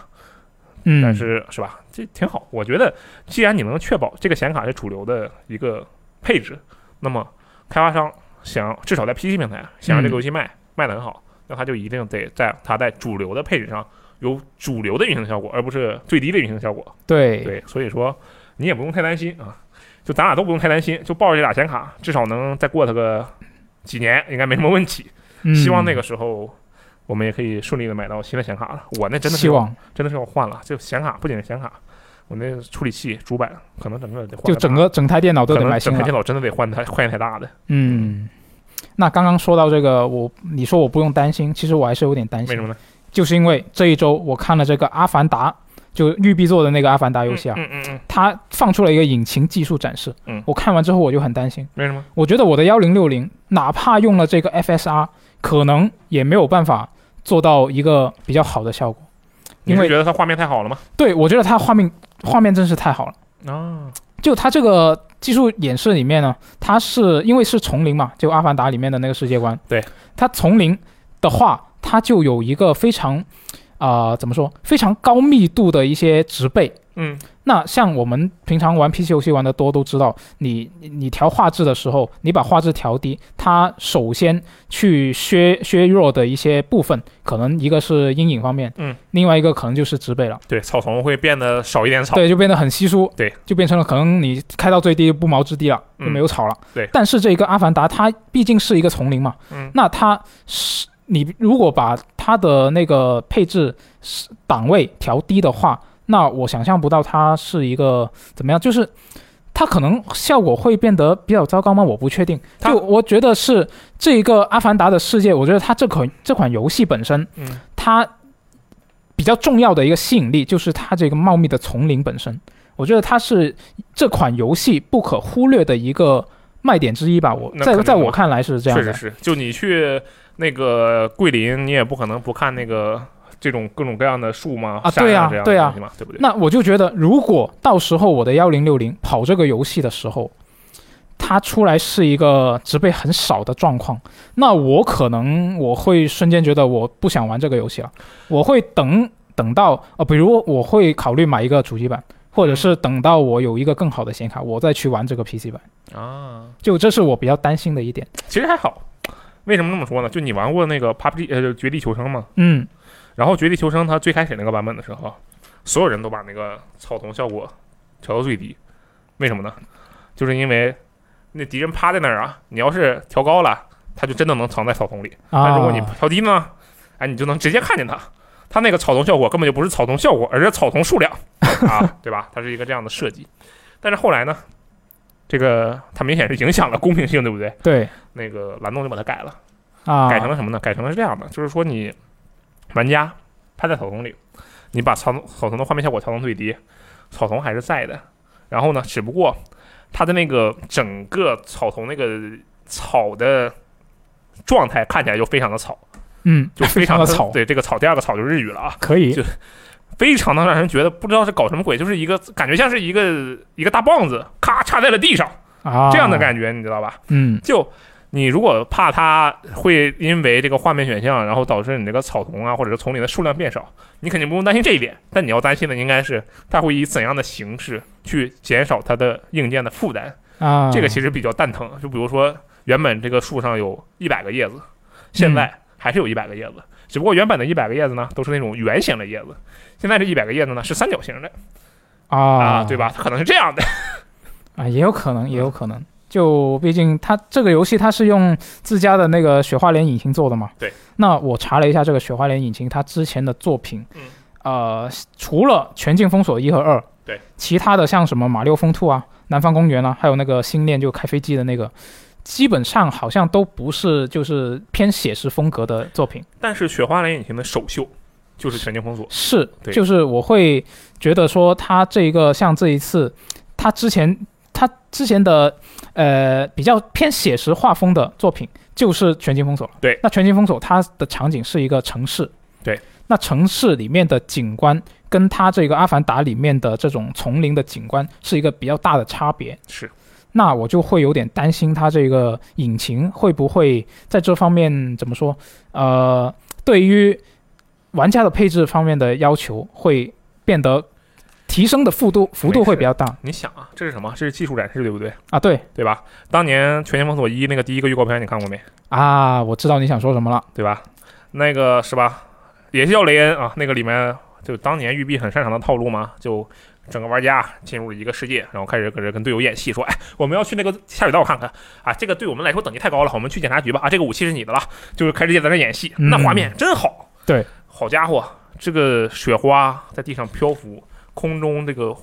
Speaker 2: 嗯，
Speaker 3: 但是是吧，这挺好。我觉得，既然你能确保这个显卡是主流的一个配置，那么开发商想至少在 PC 平台啊
Speaker 2: 嗯
Speaker 3: 想让这个游戏卖、卖得很好，那他就一定得在它在主流的配置上有主流的运行效果，而不是最低的运行效果。
Speaker 2: 对，
Speaker 3: 对，所以说你也不用太担心啊，就咱俩都不用太担心，就抱着这俩显卡，至少能再过它个几年，应该没什么问题。
Speaker 2: 嗯
Speaker 3: 希望那个时候。我们也可以顺利的买到新的显卡了。我那真的是
Speaker 2: 希望
Speaker 3: 真的是要换了。这显卡不仅是显卡，我那处理器主板可能整个得换
Speaker 2: 就
Speaker 3: 大
Speaker 2: 整个整台电脑都
Speaker 3: 可
Speaker 2: 得
Speaker 3: 能
Speaker 2: 买新
Speaker 3: 整台
Speaker 2: 了
Speaker 3: 电。脑真的得换台换一台大的，
Speaker 2: 嗯，那刚刚说到这个，我你说我不用担心，其实我还是有点担
Speaker 3: 为
Speaker 2: 心
Speaker 3: 什，么呢？
Speaker 2: 就是因为这一周我看了这个《阿凡达》，就育碧做的那个《阿凡达》游戏啊，
Speaker 3: 嗯嗯嗯嗯，
Speaker 2: 它放出了一个引擎技术展示。
Speaker 3: 嗯
Speaker 2: 我看完之后我就很担心，
Speaker 3: 为什么？
Speaker 2: 我觉得我的幺零六零哪怕用了这个 FSR，可能也没有办法做到一个比较好的效果。
Speaker 3: 你
Speaker 2: 因
Speaker 3: 是
Speaker 2: 为
Speaker 3: 觉得它画面太好了吗？
Speaker 2: 对我觉得它画面画面真是太好了。
Speaker 3: 啊，
Speaker 2: 就它这个技术演示里面呢，它是因为是丛林嘛，就《阿凡达》里面的那个世界观。
Speaker 3: 对，
Speaker 2: 它丛林的话，它就有一个非常，啊、怎么说，非常高密度的一些植被。
Speaker 3: 嗯，
Speaker 2: 那像我们平常玩 PC 游戏玩的多都知道，你你你调画质的时候，你把画质调低，它首先去削削弱的一些部分，可能一个是阴影方面，
Speaker 3: 嗯，
Speaker 2: 另外一个可能就是植被了。
Speaker 3: 对，草丛会变得少一点草，
Speaker 2: 对，就变得很稀疏，
Speaker 3: 对，
Speaker 2: 就变成了可能你开到最低不毛之地了，就
Speaker 3: 嗯
Speaker 2: 没有草了。
Speaker 3: 对
Speaker 2: 但是这个阿凡达它毕竟是一个丛林嘛，
Speaker 3: 嗯
Speaker 2: 那它是你如果把它的那个配置是档位调低的话，那我想象不到它是一个怎么样，就是。它可能效果会变得比较糟糕吗？我不确定。
Speaker 3: 它
Speaker 2: 就我觉得是这一个《阿凡达》的世界，我觉得它这款这款游戏本身，
Speaker 3: 嗯
Speaker 2: 它比较重要的一个吸引力就是它这个茂密的丛林本身，我觉得它是这款游戏不可忽略的一个卖点之一吧。我
Speaker 3: 那
Speaker 2: 在
Speaker 3: 肯定
Speaker 2: 在我
Speaker 3: 的
Speaker 2: 看来是这样
Speaker 3: 确
Speaker 2: 的
Speaker 3: 实。是。就你去那个桂林，你也不可能不看那个这种各种各样的树嘛，
Speaker 2: 啊
Speaker 3: 山
Speaker 2: 对呀
Speaker 3: 这样
Speaker 2: 对
Speaker 3: 的
Speaker 2: 呀
Speaker 3: 东西嘛，对不对？
Speaker 2: 那我就觉得，如果到时候我的幺零六零跑这个游戏的时候，它出来是一个植被很少的状况，那我可能我会瞬间觉得我不想玩这个游戏了，我会等等到呃，比如我会考虑买一个主机版，或者是等到我有一个更好的显
Speaker 3: 嗯
Speaker 2: 卡，我再去玩这个 PC 版。
Speaker 3: 啊，
Speaker 2: 就这是我比较担心的一点。
Speaker 3: 其实还好。为什么这么说呢？就你玩过那个 PUBG 呃，就绝地求生嘛，
Speaker 2: 嗯，
Speaker 3: 然后《绝地求生》它最开始那个版本的时候，所有人都把那个草丛效果调到最低，为什么呢？就是因为那敌人趴在那儿啊，你要是调高了，他就真的能藏在草丛里；但
Speaker 2: 啊，
Speaker 3: 如果你调低呢，哎，你就能直接看见他。它那个草丛效果根本就不是草丛效果，而是草丛数量啊，对吧？它是一个这样的设计。但是后来呢，这个它明显是影响了公平性，对不对？
Speaker 2: 对
Speaker 3: 那个蓝洞就把它改了。
Speaker 2: 啊，
Speaker 3: 改成了什么呢？改成了这样的，就是说你玩家趴在草丛里，你把草丛草丛的画面效果调成最低，草丛还是在的。然后呢，只不过它的那个整个草丛那个草的状态看起来就非常的草，
Speaker 2: 嗯，
Speaker 3: 就
Speaker 2: 非
Speaker 3: 常
Speaker 2: 的
Speaker 3: 的
Speaker 2: 草，
Speaker 3: 对，这个草第二个草就是日语了啊，
Speaker 2: 可以
Speaker 3: 就非常的让人觉得不知道是搞什么鬼，就是一个感觉像是一个一个大棒子咔插在了地上
Speaker 2: 啊
Speaker 3: 这样的感觉，你知道吧？
Speaker 2: 觉，嗯
Speaker 3: 就你如果怕它会因为这个画面选项，然后导致你这个草丛啊，或者是丛林的数量变少，你肯定不用担心这一点。但你要担心的应该是它会以怎样的形式去减少它的硬件的负担。
Speaker 2: 啊，
Speaker 3: 这个其实比较蛋疼。就比如说，原本这个树上有一百个叶子，现在还是有一百个叶子，只不过原本的一百个叶子呢都是那种圆形的叶子，现在这一百个叶子呢是三角形的
Speaker 2: 啊
Speaker 3: 啊，对？吧？它可能是这样的。
Speaker 2: 啊，也有可能，也
Speaker 3: 嗯
Speaker 2: 有可能。就毕竟它这个游戏它是用自家的那个雪花莲引擎做的嘛。
Speaker 3: 对。
Speaker 2: 那我查了一下这个雪花莲引擎，它之前的作品，
Speaker 3: 嗯
Speaker 2: 呃，除了《全境封锁一》和二，
Speaker 3: 对，
Speaker 2: 其他的像什么《马六风兔》啊、《南方公园》啊，还有那个《星链》就开飞机的那个，基本上好像都不是就是偏写实风格的作品。
Speaker 3: 但是雪花莲引擎的首秀就是全境封锁，
Speaker 2: 是，
Speaker 3: 对
Speaker 2: 就是我会觉得说他这个像这一次，他之前他之前的呃比较偏写实画风的作品就是《全境封锁》了。
Speaker 3: 对
Speaker 2: 那《全境封锁》它的场景是一个城市。
Speaker 3: 对，
Speaker 2: 那城市里面的景观跟它这个《阿凡达》里面的这种丛林的景观是一个比较大的差别。
Speaker 3: 是。
Speaker 2: 那我就会有点担心它这个引擎会不会在这方面怎么说？呃，对于玩家的配置方面的要求会变得提升的幅度幅度会比较大
Speaker 3: 你想啊，这是什么？这是技术展示，对不对？
Speaker 2: 啊。对
Speaker 3: 对吧？当年《全境封锁一》那个第一个预告片你看过没？
Speaker 2: 啊，我知道你想说什么了。
Speaker 3: 对吧？那个是吧？也是叫雷恩啊，那个里面就当年育碧很擅长的套路嘛，就整个玩家进入一个世界，然后开始搁这跟队友演戏，说：“哎，我们要去那个下水道看看啊，这个对我们来说等级太高了，我们去检察局吧。啊，这个武器是你的了。”就是开始也在那演戏，
Speaker 2: 嗯
Speaker 3: 那画面真好。
Speaker 2: 对，
Speaker 3: 好家伙，这个雪花在地上漂浮，空中这个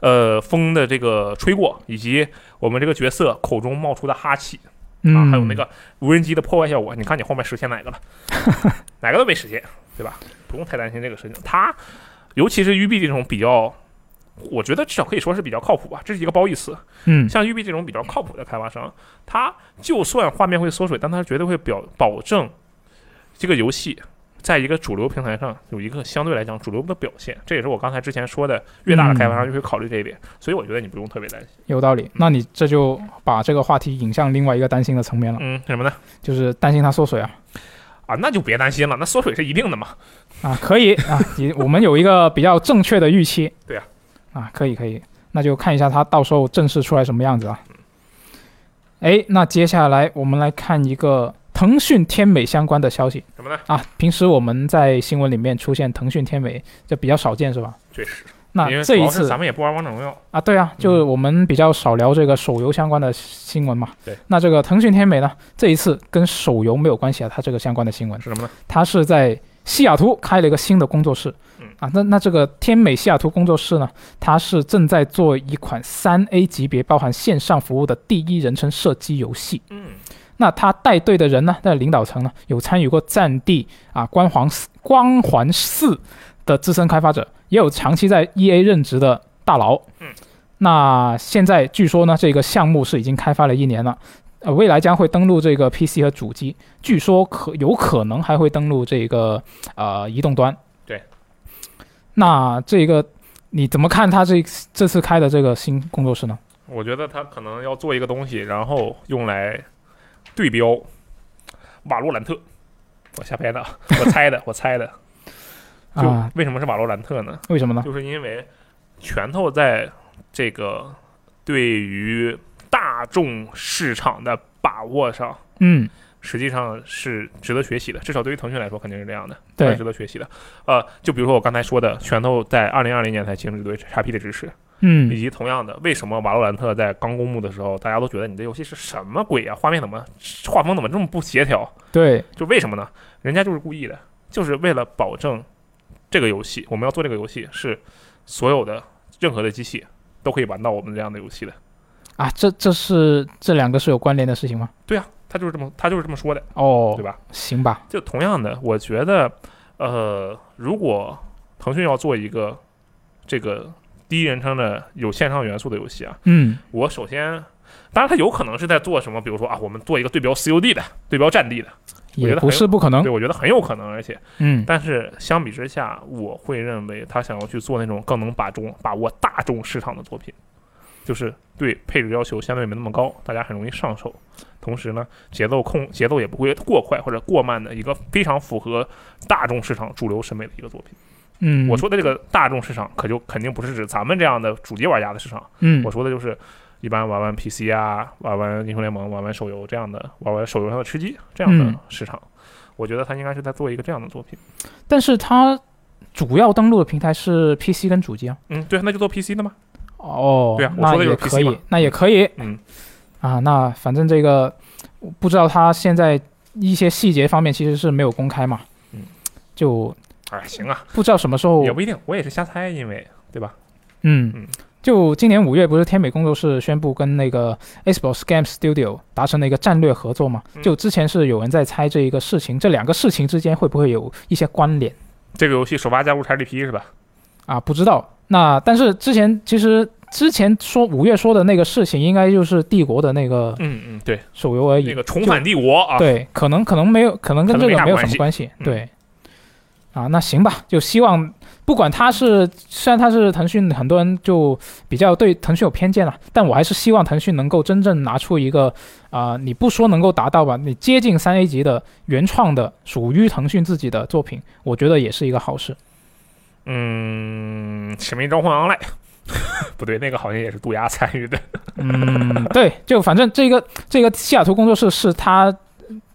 Speaker 3: 呃风的这个吹过，以及我们这个角色口中冒出的哈气啊，
Speaker 2: 嗯，
Speaker 3: 还有那个无人机的破坏效果，你看你后面实现哪个了？哪个都没实现，对吧？不用太担心这个事情。它尤其是育碧这种比较，我觉得至少可以说是比较靠谱吧，这是一个褒义词。
Speaker 2: 嗯
Speaker 3: 像育碧这种比较靠谱的开发商，他就算画面会缩水，但他绝对会表保证这个游戏在一个主流平台上有一个相对来讲主流的表现。这也是我刚才之前说的，越大的开发商就会考虑这一点，所以我觉得你不用特别担心。
Speaker 2: 有道理。那你这就把这个话题引向另外一个担心的层面了，
Speaker 3: 嗯，什么呢？
Speaker 2: 就是担心它缩水啊。
Speaker 3: 啊，那就别担心了，那缩水是一定的嘛。
Speaker 2: 啊，可以啊，你我们有一个比较正确的预期。
Speaker 3: 对啊，
Speaker 2: 啊，可以可以，那就看一下它到时候正式出来什么样子啊。哎，那接下来我们来看一个腾讯天美相关的消息
Speaker 3: 什么呢？
Speaker 2: 啊。平时我们在新闻里面出现腾讯天美，这比较少见是吧？
Speaker 3: 确实，因
Speaker 2: 那
Speaker 3: 为
Speaker 2: 这
Speaker 3: 主
Speaker 2: 一
Speaker 3: 要是
Speaker 2: 次
Speaker 3: 咱们也嗯不玩王者荣耀，
Speaker 2: 啊，对啊，就是我们比较少聊这个手游相关的新闻嘛。
Speaker 3: 对，
Speaker 2: 那这个腾讯天美呢，这一次跟手游没有关系啊，它这个相关的新闻。
Speaker 3: 是什么呢？
Speaker 2: 他是在西雅图开了一个新的工作室
Speaker 3: 嗯。
Speaker 2: 啊，那那这个天美西雅图工作室呢，它是正在做一款三 A 级别包含线上服务的第一人称射击游戏。
Speaker 3: 嗯，
Speaker 2: 那他带队的人呢，在领导层呢，有参与过《战地》啊、《光环四》《光环四》的资深开发者，也有长期在 EA 任职的大佬。
Speaker 3: 嗯，
Speaker 2: 那现在据说呢，这个项目是已经开发了一年了，呃，未来将会登陆这个 PC 和主机，据说可有可能还会登陆这个呃移动端。
Speaker 3: 对，
Speaker 2: 那这个你怎么看他这这次开的这个新工作室呢？
Speaker 3: 我觉得他可能要做一个东西，然后用来对标瓦罗兰特。我瞎拍的啊，我猜的，我猜的。
Speaker 2: 啊
Speaker 3: 就，为什么是瓦罗兰特呢？
Speaker 2: 为什么呢？
Speaker 3: 就是因为拳头在这个对于大众市场的把握上，
Speaker 2: 嗯，
Speaker 3: 实际上是值得学习的，至少对于腾讯来说肯定是这样的，
Speaker 2: 对
Speaker 3: 它是值得学习的。呃，就比如说我刚才说的，拳头在二零二零年才停止对 XP 的支持，以
Speaker 2: 嗯，
Speaker 3: 及同样的，为什么瓦罗兰特在刚公布的时候，大家都觉得你这游戏是什么鬼啊？画面怎么画风怎么这么不协调？
Speaker 2: 对，
Speaker 3: 就为什么呢？人家就是故意的，就是为了保证这个游戏，我们要做这个游戏是所有的任何的机器都可以玩到我们这样的游戏的。
Speaker 2: 啊，这这是这两个是有关联的事情吗？
Speaker 3: 他就是这么，他就是这么说的，
Speaker 2: 哦，
Speaker 3: 对吧？
Speaker 2: 行吧，
Speaker 3: 就同样的，我觉得，呃，如果腾讯要做一个这个第一人称的有线上元素的游戏啊，
Speaker 2: 嗯
Speaker 3: 我首先，当然他有可能是在做什么，比如说啊，我们做一个对标 COD 的，对标战地的，
Speaker 2: 也不是不可能
Speaker 3: 对，我觉得很有可能。而且，
Speaker 2: 嗯
Speaker 3: 但是相比之下，我会认为他想要去做那种更能把中把握大众市场的作品，就是对配置要求相对没那么高，大家很容易上手。同时呢，节奏控节奏也不会过快或者过慢的一个非常符合大众市场主流审美的一个作品。
Speaker 2: 嗯，
Speaker 3: 我说的这个大众市场，可就肯定不是指咱们这样的主机玩家的市场，
Speaker 2: 嗯
Speaker 3: 我说的就是一般玩玩 PC 啊，玩玩英雄联盟，玩玩手游这样的，玩玩手游上的吃鸡这样的
Speaker 2: 嗯
Speaker 3: 市场。我觉得他应该是在做一个这样的作品。
Speaker 2: 但是它主要登录的平台是 PC 跟主机啊。
Speaker 3: 嗯，对，那就做 PC 的嘛。
Speaker 2: 哦，
Speaker 3: 对啊我
Speaker 2: 那
Speaker 3: 说的
Speaker 2: 也
Speaker 3: 就是
Speaker 2: 可
Speaker 3: PC
Speaker 2: 以
Speaker 3: 嘛，
Speaker 2: 那也可以
Speaker 3: 嗯，
Speaker 2: 啊。那反正这个我不知道它现在一些细节方面其实是没有公开嘛，
Speaker 3: 嗯，
Speaker 2: 就
Speaker 3: 哎，行啊，
Speaker 2: 不知道什么时候
Speaker 3: 也不一定，我也是瞎猜，因为对吧？
Speaker 2: 嗯
Speaker 3: 嗯，
Speaker 2: 就今年五月，不是天美工作室宣布跟那个 Xbox Game Studio 达成了一个战略合作嘛？
Speaker 3: 嗯
Speaker 2: 就之前是有人在猜这一个事情，这两个事情之间会不会有一些关联
Speaker 3: 这个游戏首发加入 XGP 是吧？
Speaker 2: 啊？不知道。那但是之前其实之前说五月说的那个事情，应该就是帝国的那个
Speaker 3: 嗯嗯，对，
Speaker 2: 手游而已。
Speaker 3: 那个重返帝国啊，
Speaker 2: 对，可能可能没有，可能跟
Speaker 3: 可
Speaker 2: 这
Speaker 3: 能没
Speaker 2: 个
Speaker 3: 啥
Speaker 2: 没有什
Speaker 3: 关
Speaker 2: 么
Speaker 3: 系
Speaker 2: 关系。
Speaker 3: 嗯
Speaker 2: 对，啊，那行吧，就希望不管他是，虽然他是腾讯，很多人就比较对腾讯有偏见了，啊但我还是希望腾讯能够真正拿出一个啊、你不说能够达到吧，你接近三 A 级的原创的属于腾讯自己的作品，我觉得也是一个好事。
Speaker 3: 嗯，《使命召唤 Online》不对，那个好像也是杜鸦参与的。
Speaker 2: 嗯，对，就反正这个这个西雅图工作室是他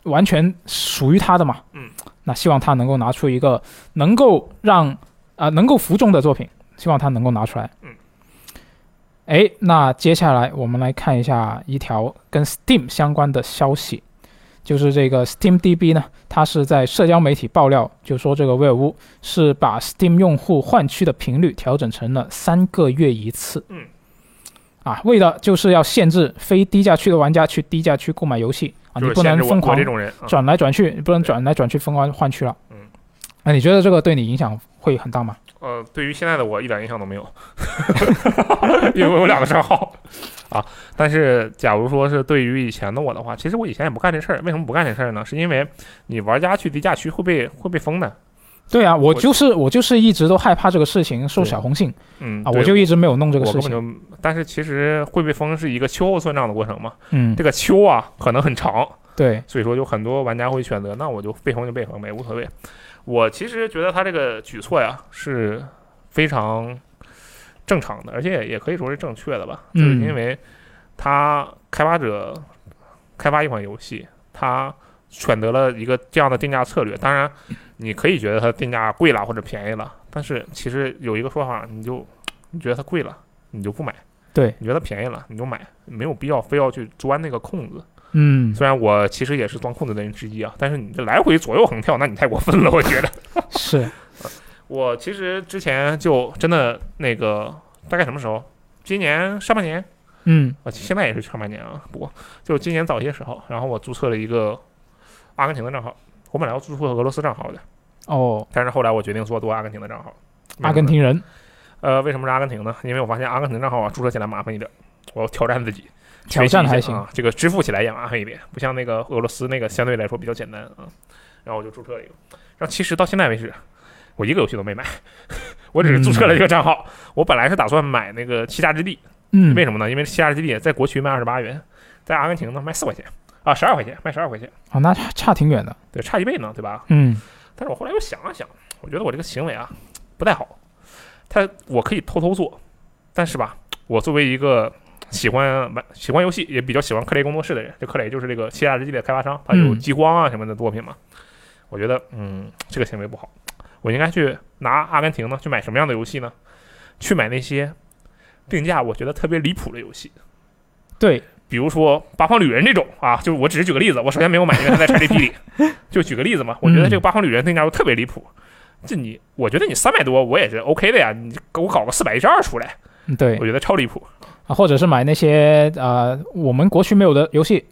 Speaker 2: 完全属于他的嘛。
Speaker 3: 嗯，
Speaker 2: 那希望他能够拿出一个能够让啊、能够服众的作品，希望他能够拿出来。
Speaker 3: 嗯，
Speaker 2: 哎，那接下来我们来看一下一条跟 Steam 相关的消息。就是这个 SteamDB 呢，它是在社交媒体爆料，就说这个威尔乌是把 Steam 用户换区的频率调整成了三个月一次。
Speaker 3: 嗯，
Speaker 2: 啊，为的就是要限制非低价区的玩家去低价区购买游戏啊，你
Speaker 3: 就是
Speaker 2: 不
Speaker 3: 限
Speaker 2: 能
Speaker 3: 制我
Speaker 2: 疯
Speaker 3: 我
Speaker 2: 狂
Speaker 3: 这种人啊，
Speaker 2: 转来转去，你不能
Speaker 3: 对
Speaker 2: 转来转去疯狂换区了。
Speaker 3: 嗯，
Speaker 2: 那、你觉得这个对你影响会很大吗？
Speaker 3: 呃，对于现在的我一点影响都没有， 因为我有两个账号啊。但是，假如说是对于以前的我的话，其实我以前也不干这事儿。为什么不干这事儿呢？是因为你玩家去低价区会被会被封的。
Speaker 2: 对啊，我
Speaker 3: 我
Speaker 2: 就是我就是一直都害怕这个事情受
Speaker 3: 对
Speaker 2: 小红信
Speaker 3: 嗯
Speaker 2: 啊，
Speaker 3: 对
Speaker 2: 我就一直没有弄这个
Speaker 3: 我
Speaker 2: 事
Speaker 3: 根本
Speaker 2: 情。
Speaker 3: 就，但是其实会被封是一个秋后算账的过程嘛。
Speaker 2: 嗯
Speaker 3: 这，个秋啊，可能很长，
Speaker 2: 对，
Speaker 3: 所以说有很多玩家会选择，那我就被封就被封呗，无所谓。我其实觉得他这个举措呀是非常正常的，而且也可以说是正确的吧，就
Speaker 2: 嗯
Speaker 3: 是因为他开发者开发一款游戏，他选择了一个这样的定价策略。当然，你可以觉得它定价贵了或者便宜了，但是其实有一个说法，你就你觉得它贵了，你就不买；
Speaker 2: 对，
Speaker 3: 你觉得便宜了，你就买，没有必要非要去钻那个空子。
Speaker 2: 嗯，
Speaker 3: 虽然我其实也是钻空子的人之一啊，但是你这来回左右横跳，那你太过分了，我觉得。
Speaker 2: 是，
Speaker 3: 我其实之前就真的那个大概什么时候？今年上半年
Speaker 2: 嗯
Speaker 3: 啊，现在也是上半年啊，不过就今年早些时候，然后我注册了一个阿根廷的账号，我本来要注册俄罗斯账号的，
Speaker 2: 哦，
Speaker 3: 但是后来我决定说多阿根廷的账号。
Speaker 2: 阿根廷人，
Speaker 3: 呃，为什么是阿根廷呢？因为我发现阿根廷账号啊，注册起来麻烦一点，我要挑战自己，
Speaker 2: 挑战还
Speaker 3: 学习一
Speaker 2: 行
Speaker 3: 下啊，这个支付起来也麻烦一点，不像那个俄罗斯那个相对来说比较简单啊。然后我就注册了一个，然后其实到现在为止，我一个游戏都没买， 我只是注册了一个账号。我本来是打算买那个《欺诈之地》，
Speaker 2: 嗯，
Speaker 3: 为什么呢？因为《欺诈之地》在国区卖二十八元，在阿根廷呢卖四块钱啊，十二块钱，卖十二块钱，
Speaker 2: 啊，那差挺远的，
Speaker 3: 对，差一倍呢，对吧？
Speaker 2: 嗯
Speaker 3: 但是我后来又想了想，我觉得我这个行为啊不太好。他我可以偷偷做，但是吧，我作为一个喜欢玩、喜欢游戏，也比较喜欢克雷工作室的人，这克雷就是这个《欺诈之地》的开发商，他有
Speaker 2: 嗯
Speaker 3: 激光啊什么的作品嘛。我觉得，嗯，这个行为不好，我应该去拿阿根廷呢去买什么样的游戏呢？去买那些定价我觉得特别离谱的游戏，
Speaker 2: 对，
Speaker 3: 比如说《八方旅人》这种啊，就是我只是举个例子，我首先没有买，因为它在 ChatGPT 里，就举个例子嘛。我觉得这个《八方旅人》定价就特别离谱，这你我觉得你三百多我也是 OK 的呀，你给我搞个四百一十二出来，
Speaker 2: 嗯对
Speaker 3: 我觉得超离谱
Speaker 2: 啊，或者是买那些呃我们国区没有的游戏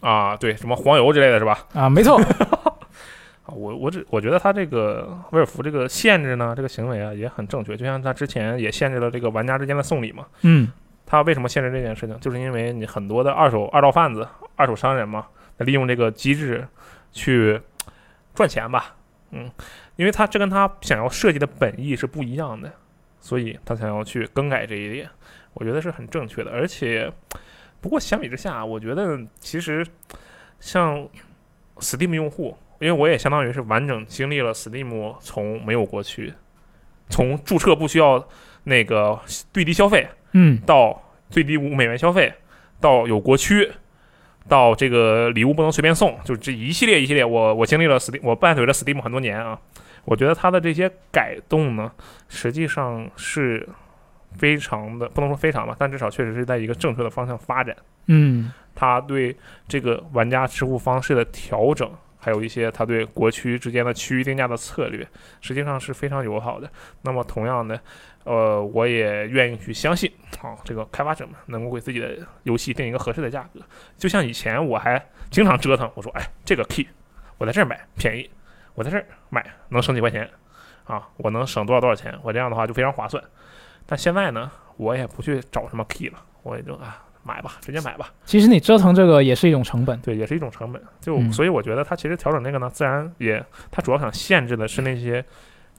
Speaker 3: 啊！对，什么黄油之类的是吧？
Speaker 2: 啊，没 错，
Speaker 3: 啊我我只我觉得他这个威尔福这个限制呢，这个行为啊也很正确，就像他之前也限制了这个玩家之间的送礼嘛。
Speaker 2: 嗯
Speaker 3: 他为什么限制这件事情？就是因为你很多的二手二道贩子、二手商人嘛，他利用这个机制去赚钱吧，嗯，因为他这跟他想要设计的本意是不一样的，所以他想要去更改这一点，我觉得是很正确的。而且，不过相比之下，我觉得其实像 Steam 用户，因为我也相当于是完整经历了 Steam 从没有国区，从注册不需要那个最低消费。
Speaker 2: 嗯
Speaker 3: 到最低五美元消费，到有国区，到这个礼物不能随便送，就这一系列一系列，我我经历了 Steam，我伴随着 Steam 很多年啊，我觉得它的这些改动呢，实际上是非常的，不能说非常吧，但至少确实是在一个正确的方向发展。
Speaker 2: 嗯
Speaker 3: 它对这个玩家支付方式的调整，还有一些它对国区之间的区域定价的策略，实际上是非常友好的。那么同样的，呃，我也愿意去相信，啊，这个开发者们能够给自己的游戏定一个合适的价格。就像以前我还经常折腾，我说，哎，这个 key 我在这儿买便宜，我在这儿买能省几块钱，啊，我能省多少多少钱，我这样的话就非常划算。但现在呢，我也不去找什么 key 了，我也就啊买吧，直接买吧。
Speaker 2: 其实你折腾这个也是一种成本，
Speaker 3: 对，也是一种成本。就、
Speaker 2: 嗯
Speaker 3: 所以我觉得它其实调整这个呢，自然也它主要想限制的是那些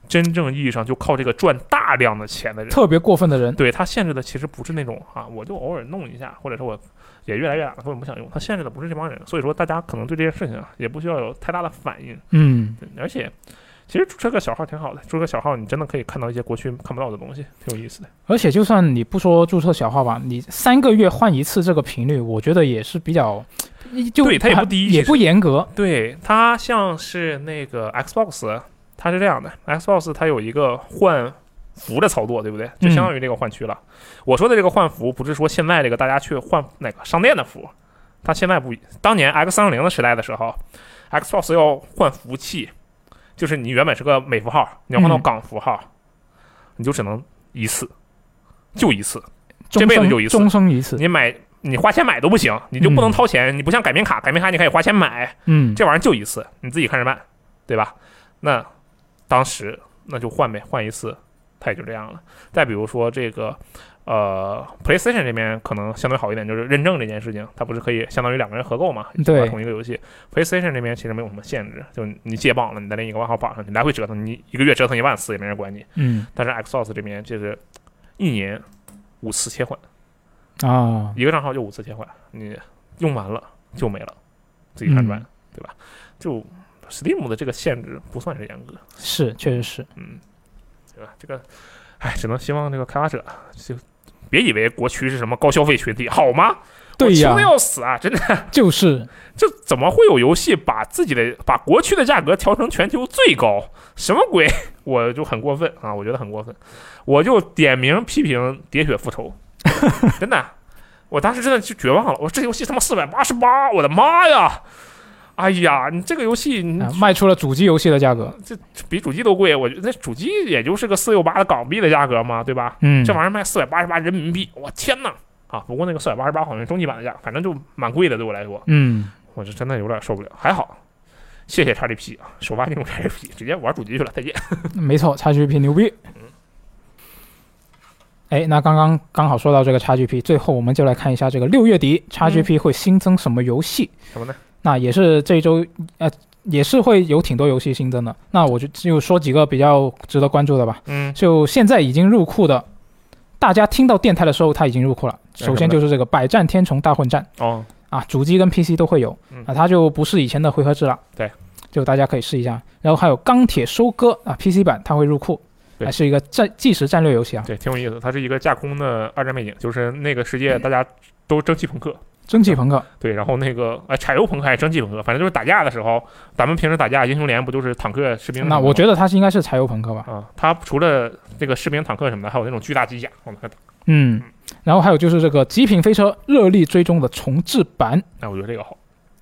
Speaker 3: 真正意义上就靠这个赚大量的钱的人。
Speaker 2: 特别过分的人，
Speaker 3: 对它限制的其实不是那种啊，我就偶尔弄一下，或者是我也越来越懒了，根本不想用。它限制的不是这帮人，所以说大家可能对这件事情啊也不需要有太大的反应。
Speaker 2: 嗯
Speaker 3: 对而且其实注册个小号挺好的，注册个小号你真的可以看到一些国区看不到的东西，挺有意思的。
Speaker 2: 而且就算你不说注册小号吧，你三个月换一次这个频率，我觉得也是比较，就
Speaker 3: 对它也不低
Speaker 2: 也
Speaker 3: 其实
Speaker 2: 不严格，
Speaker 3: 对，它像是那个 Xbox，它是这样的，Xbox 它有一个换服的操作，对不对？就相当于这个换区了。我说的这个换服，不是说现在这个大家去换那个商店的服，它现在不，当年 X 三六零的时代的时候，Xbox 要换服务器，就是你原本是个美符号，你要换到
Speaker 2: 嗯
Speaker 3: 港符号，你就只能一次，就一次。
Speaker 2: 终
Speaker 3: 这辈子
Speaker 2: 生
Speaker 3: 就一次
Speaker 2: 终生一次。
Speaker 3: 你买你花钱买都不行，你就不能掏钱，你不像改名卡，改名卡你可以花钱买，
Speaker 2: 嗯，
Speaker 3: 这玩意儿就一次，你自己看着办，对吧？那当时那就换呗，换一次，它也就这样了。再比如说这个。呃，PlayStation 这边可能相对好一点，就是认证这件事情，它不是可以相当于两个人合购嘛，
Speaker 2: 对
Speaker 3: 玩同一个游戏。PlayStation 这边其实没有什么限制，就你解绑了，你在那一个万号榜上，你来回折腾，你一个月折腾一万次也没人管你。
Speaker 2: 嗯
Speaker 3: 但是 Xbox 这边就是一年五次切换。
Speaker 2: 啊，
Speaker 3: 一个账号就五次切换，你用完了就没了，自己看着办，
Speaker 2: 嗯
Speaker 3: 对吧？就 Steam 的这个限制不算是严格，
Speaker 2: 是，确实是，
Speaker 3: 嗯，对吧？这个，哎，只能希望这个开发者就别以为国区是什么高消费群体，好吗？
Speaker 2: 对呀
Speaker 3: 我穷的，要死啊！真的，
Speaker 2: 就是
Speaker 3: 这怎么会有游戏把自己的把国区的价格调成全球最高？什么鬼？ 我就很过分啊！我觉得很过分，我就点名批评《喋血复仇》， 真的，我当时真的就绝望了。我说这游戏他妈四百八十八，我的妈呀！哎呀，你这个游戏你
Speaker 2: 啊卖出了主机游戏的价格。
Speaker 3: 比主机都贵，我觉得那主机也就是个四六八的港币的价格嘛，对吧？
Speaker 2: 嗯，
Speaker 3: 这玩意儿卖四百八十八人民币，我天呐！啊，不过那个四百八十八好像是终极版的价，反正就蛮贵的，对我来说。
Speaker 2: 嗯，
Speaker 3: 我是真的有点受不了。还好，谢谢 XGP 啊，首发这种 XGP 直接玩主机去了，再见。
Speaker 2: 没错，XGP 牛逼。
Speaker 3: 嗯
Speaker 2: 哎，那刚刚刚好说到这个 XGP，最后我们就来看一下这个六月底 XGP 会新增什么游戏。
Speaker 3: 嗯什么呢？
Speaker 2: 那也是这一周，呃，也是会有挺多游戏新增的。那我就就说几个比较值得关注的吧。
Speaker 3: 嗯，
Speaker 2: 就现在已经入库的，大家听到电台的时候，它已经入库了。
Speaker 3: 哎什么
Speaker 2: 首先就是这个《百战天虫大混战》。
Speaker 3: 哦，
Speaker 2: 啊，主机跟 PC 都会有
Speaker 3: 嗯
Speaker 2: 啊，它就不是以前的回合制了。
Speaker 3: 对，
Speaker 2: 就大家可以试一下。然后还有钢铁收割啊，PC 版它会入库，
Speaker 3: 对
Speaker 2: 还是一个战计时战略游戏啊，
Speaker 3: 对，挺有意思。它是一个架空的二战背景，就是那个世界大家都蒸汽朋克，
Speaker 2: 蒸汽朋克。
Speaker 3: 对，然后那个哎，柴油朋克还是蒸汽朋克，反正就是打架的时候，咱们平时打架，英雄联不就是坦克、士兵什么的
Speaker 2: 那
Speaker 3: 吗？
Speaker 2: 我觉得它是应该是柴油朋克吧。
Speaker 3: 啊，它除了那个士兵、坦克什么的，还有那种巨大机甲，我们看到。
Speaker 2: 嗯，然后还有就是这个《极品飞车：热力追踪》的重置版
Speaker 3: 那我觉得这个好，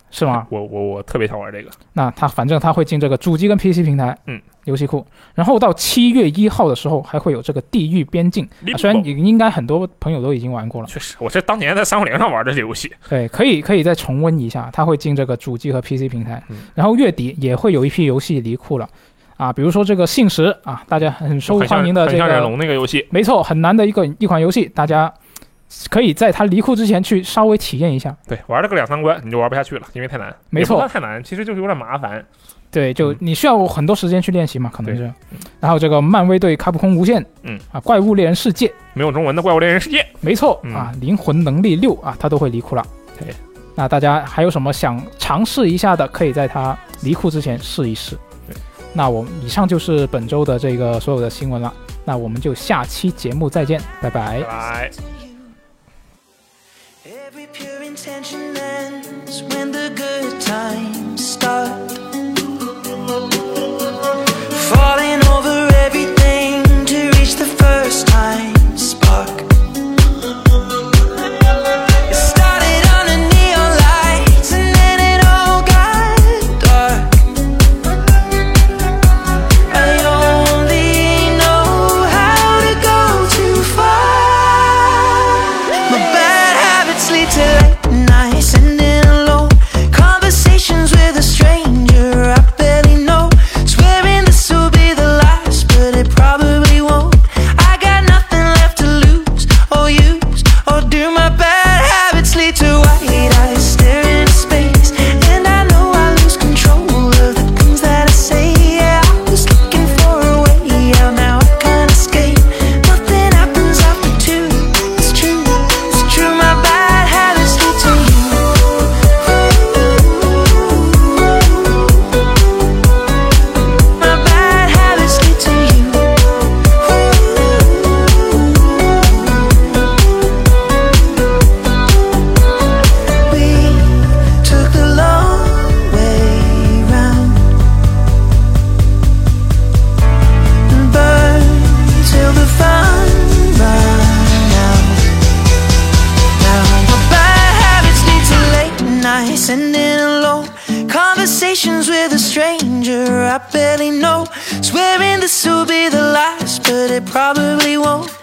Speaker 2: 是吗？
Speaker 3: 我我我特别想玩这个。
Speaker 2: 那它反正它会进这个主机跟 PC 平台，
Speaker 3: 嗯，
Speaker 2: 游戏库。然后到七月一号的时候还会有这个《地狱边境》啊，虽然
Speaker 3: Limbo
Speaker 2: 应该很多朋友都已经玩过了，
Speaker 3: 确实，我是当年在三五零上玩的这游戏。
Speaker 2: 对，可以可以再重温一下，它会进这个主机和 PC 平台，
Speaker 3: 嗯
Speaker 2: 然后月底也会有一批游戏离库了，啊，比如说这个《信使》啊，大家很受
Speaker 3: 很像
Speaker 2: 欢迎的
Speaker 3: 很
Speaker 2: 这
Speaker 3: 像忍
Speaker 2: 个，
Speaker 3: 龙那个游戏，
Speaker 2: 没错，很难的一个一款游戏，大家可以在它离库之前去稍微体验一下。
Speaker 3: 对，玩了个两三关你就玩不下去了，因为太难。
Speaker 2: 没
Speaker 3: 也不
Speaker 2: 错
Speaker 3: 算太难，其实就是有点麻烦。
Speaker 2: 对，就
Speaker 3: 嗯
Speaker 2: 你需要很多时间去练习嘛，可能
Speaker 3: 对
Speaker 2: 是。然后这个漫威对卡普空无限，
Speaker 3: 嗯
Speaker 2: 啊，怪物猎人世界，
Speaker 3: 没有中文的《怪物猎人世界》，
Speaker 2: 没错、
Speaker 3: 嗯
Speaker 2: 啊，灵魂能力六啊，它都会离库了。
Speaker 3: 对，
Speaker 2: 那大家还有什么想尝试一下的，可以在它离库之前试一试。
Speaker 3: 对，
Speaker 2: 那我们以上就是本周的这个所有的新闻了，那我们就下期节目再见，拜拜
Speaker 3: 拜。拜。
Speaker 1: Every pure intention ends when the good times start. Falling over everything to reach the first time spark. It started under neon lights and then it all got dark. I only know how to go too far. hope. Swearing this will be the last, but it probably won't.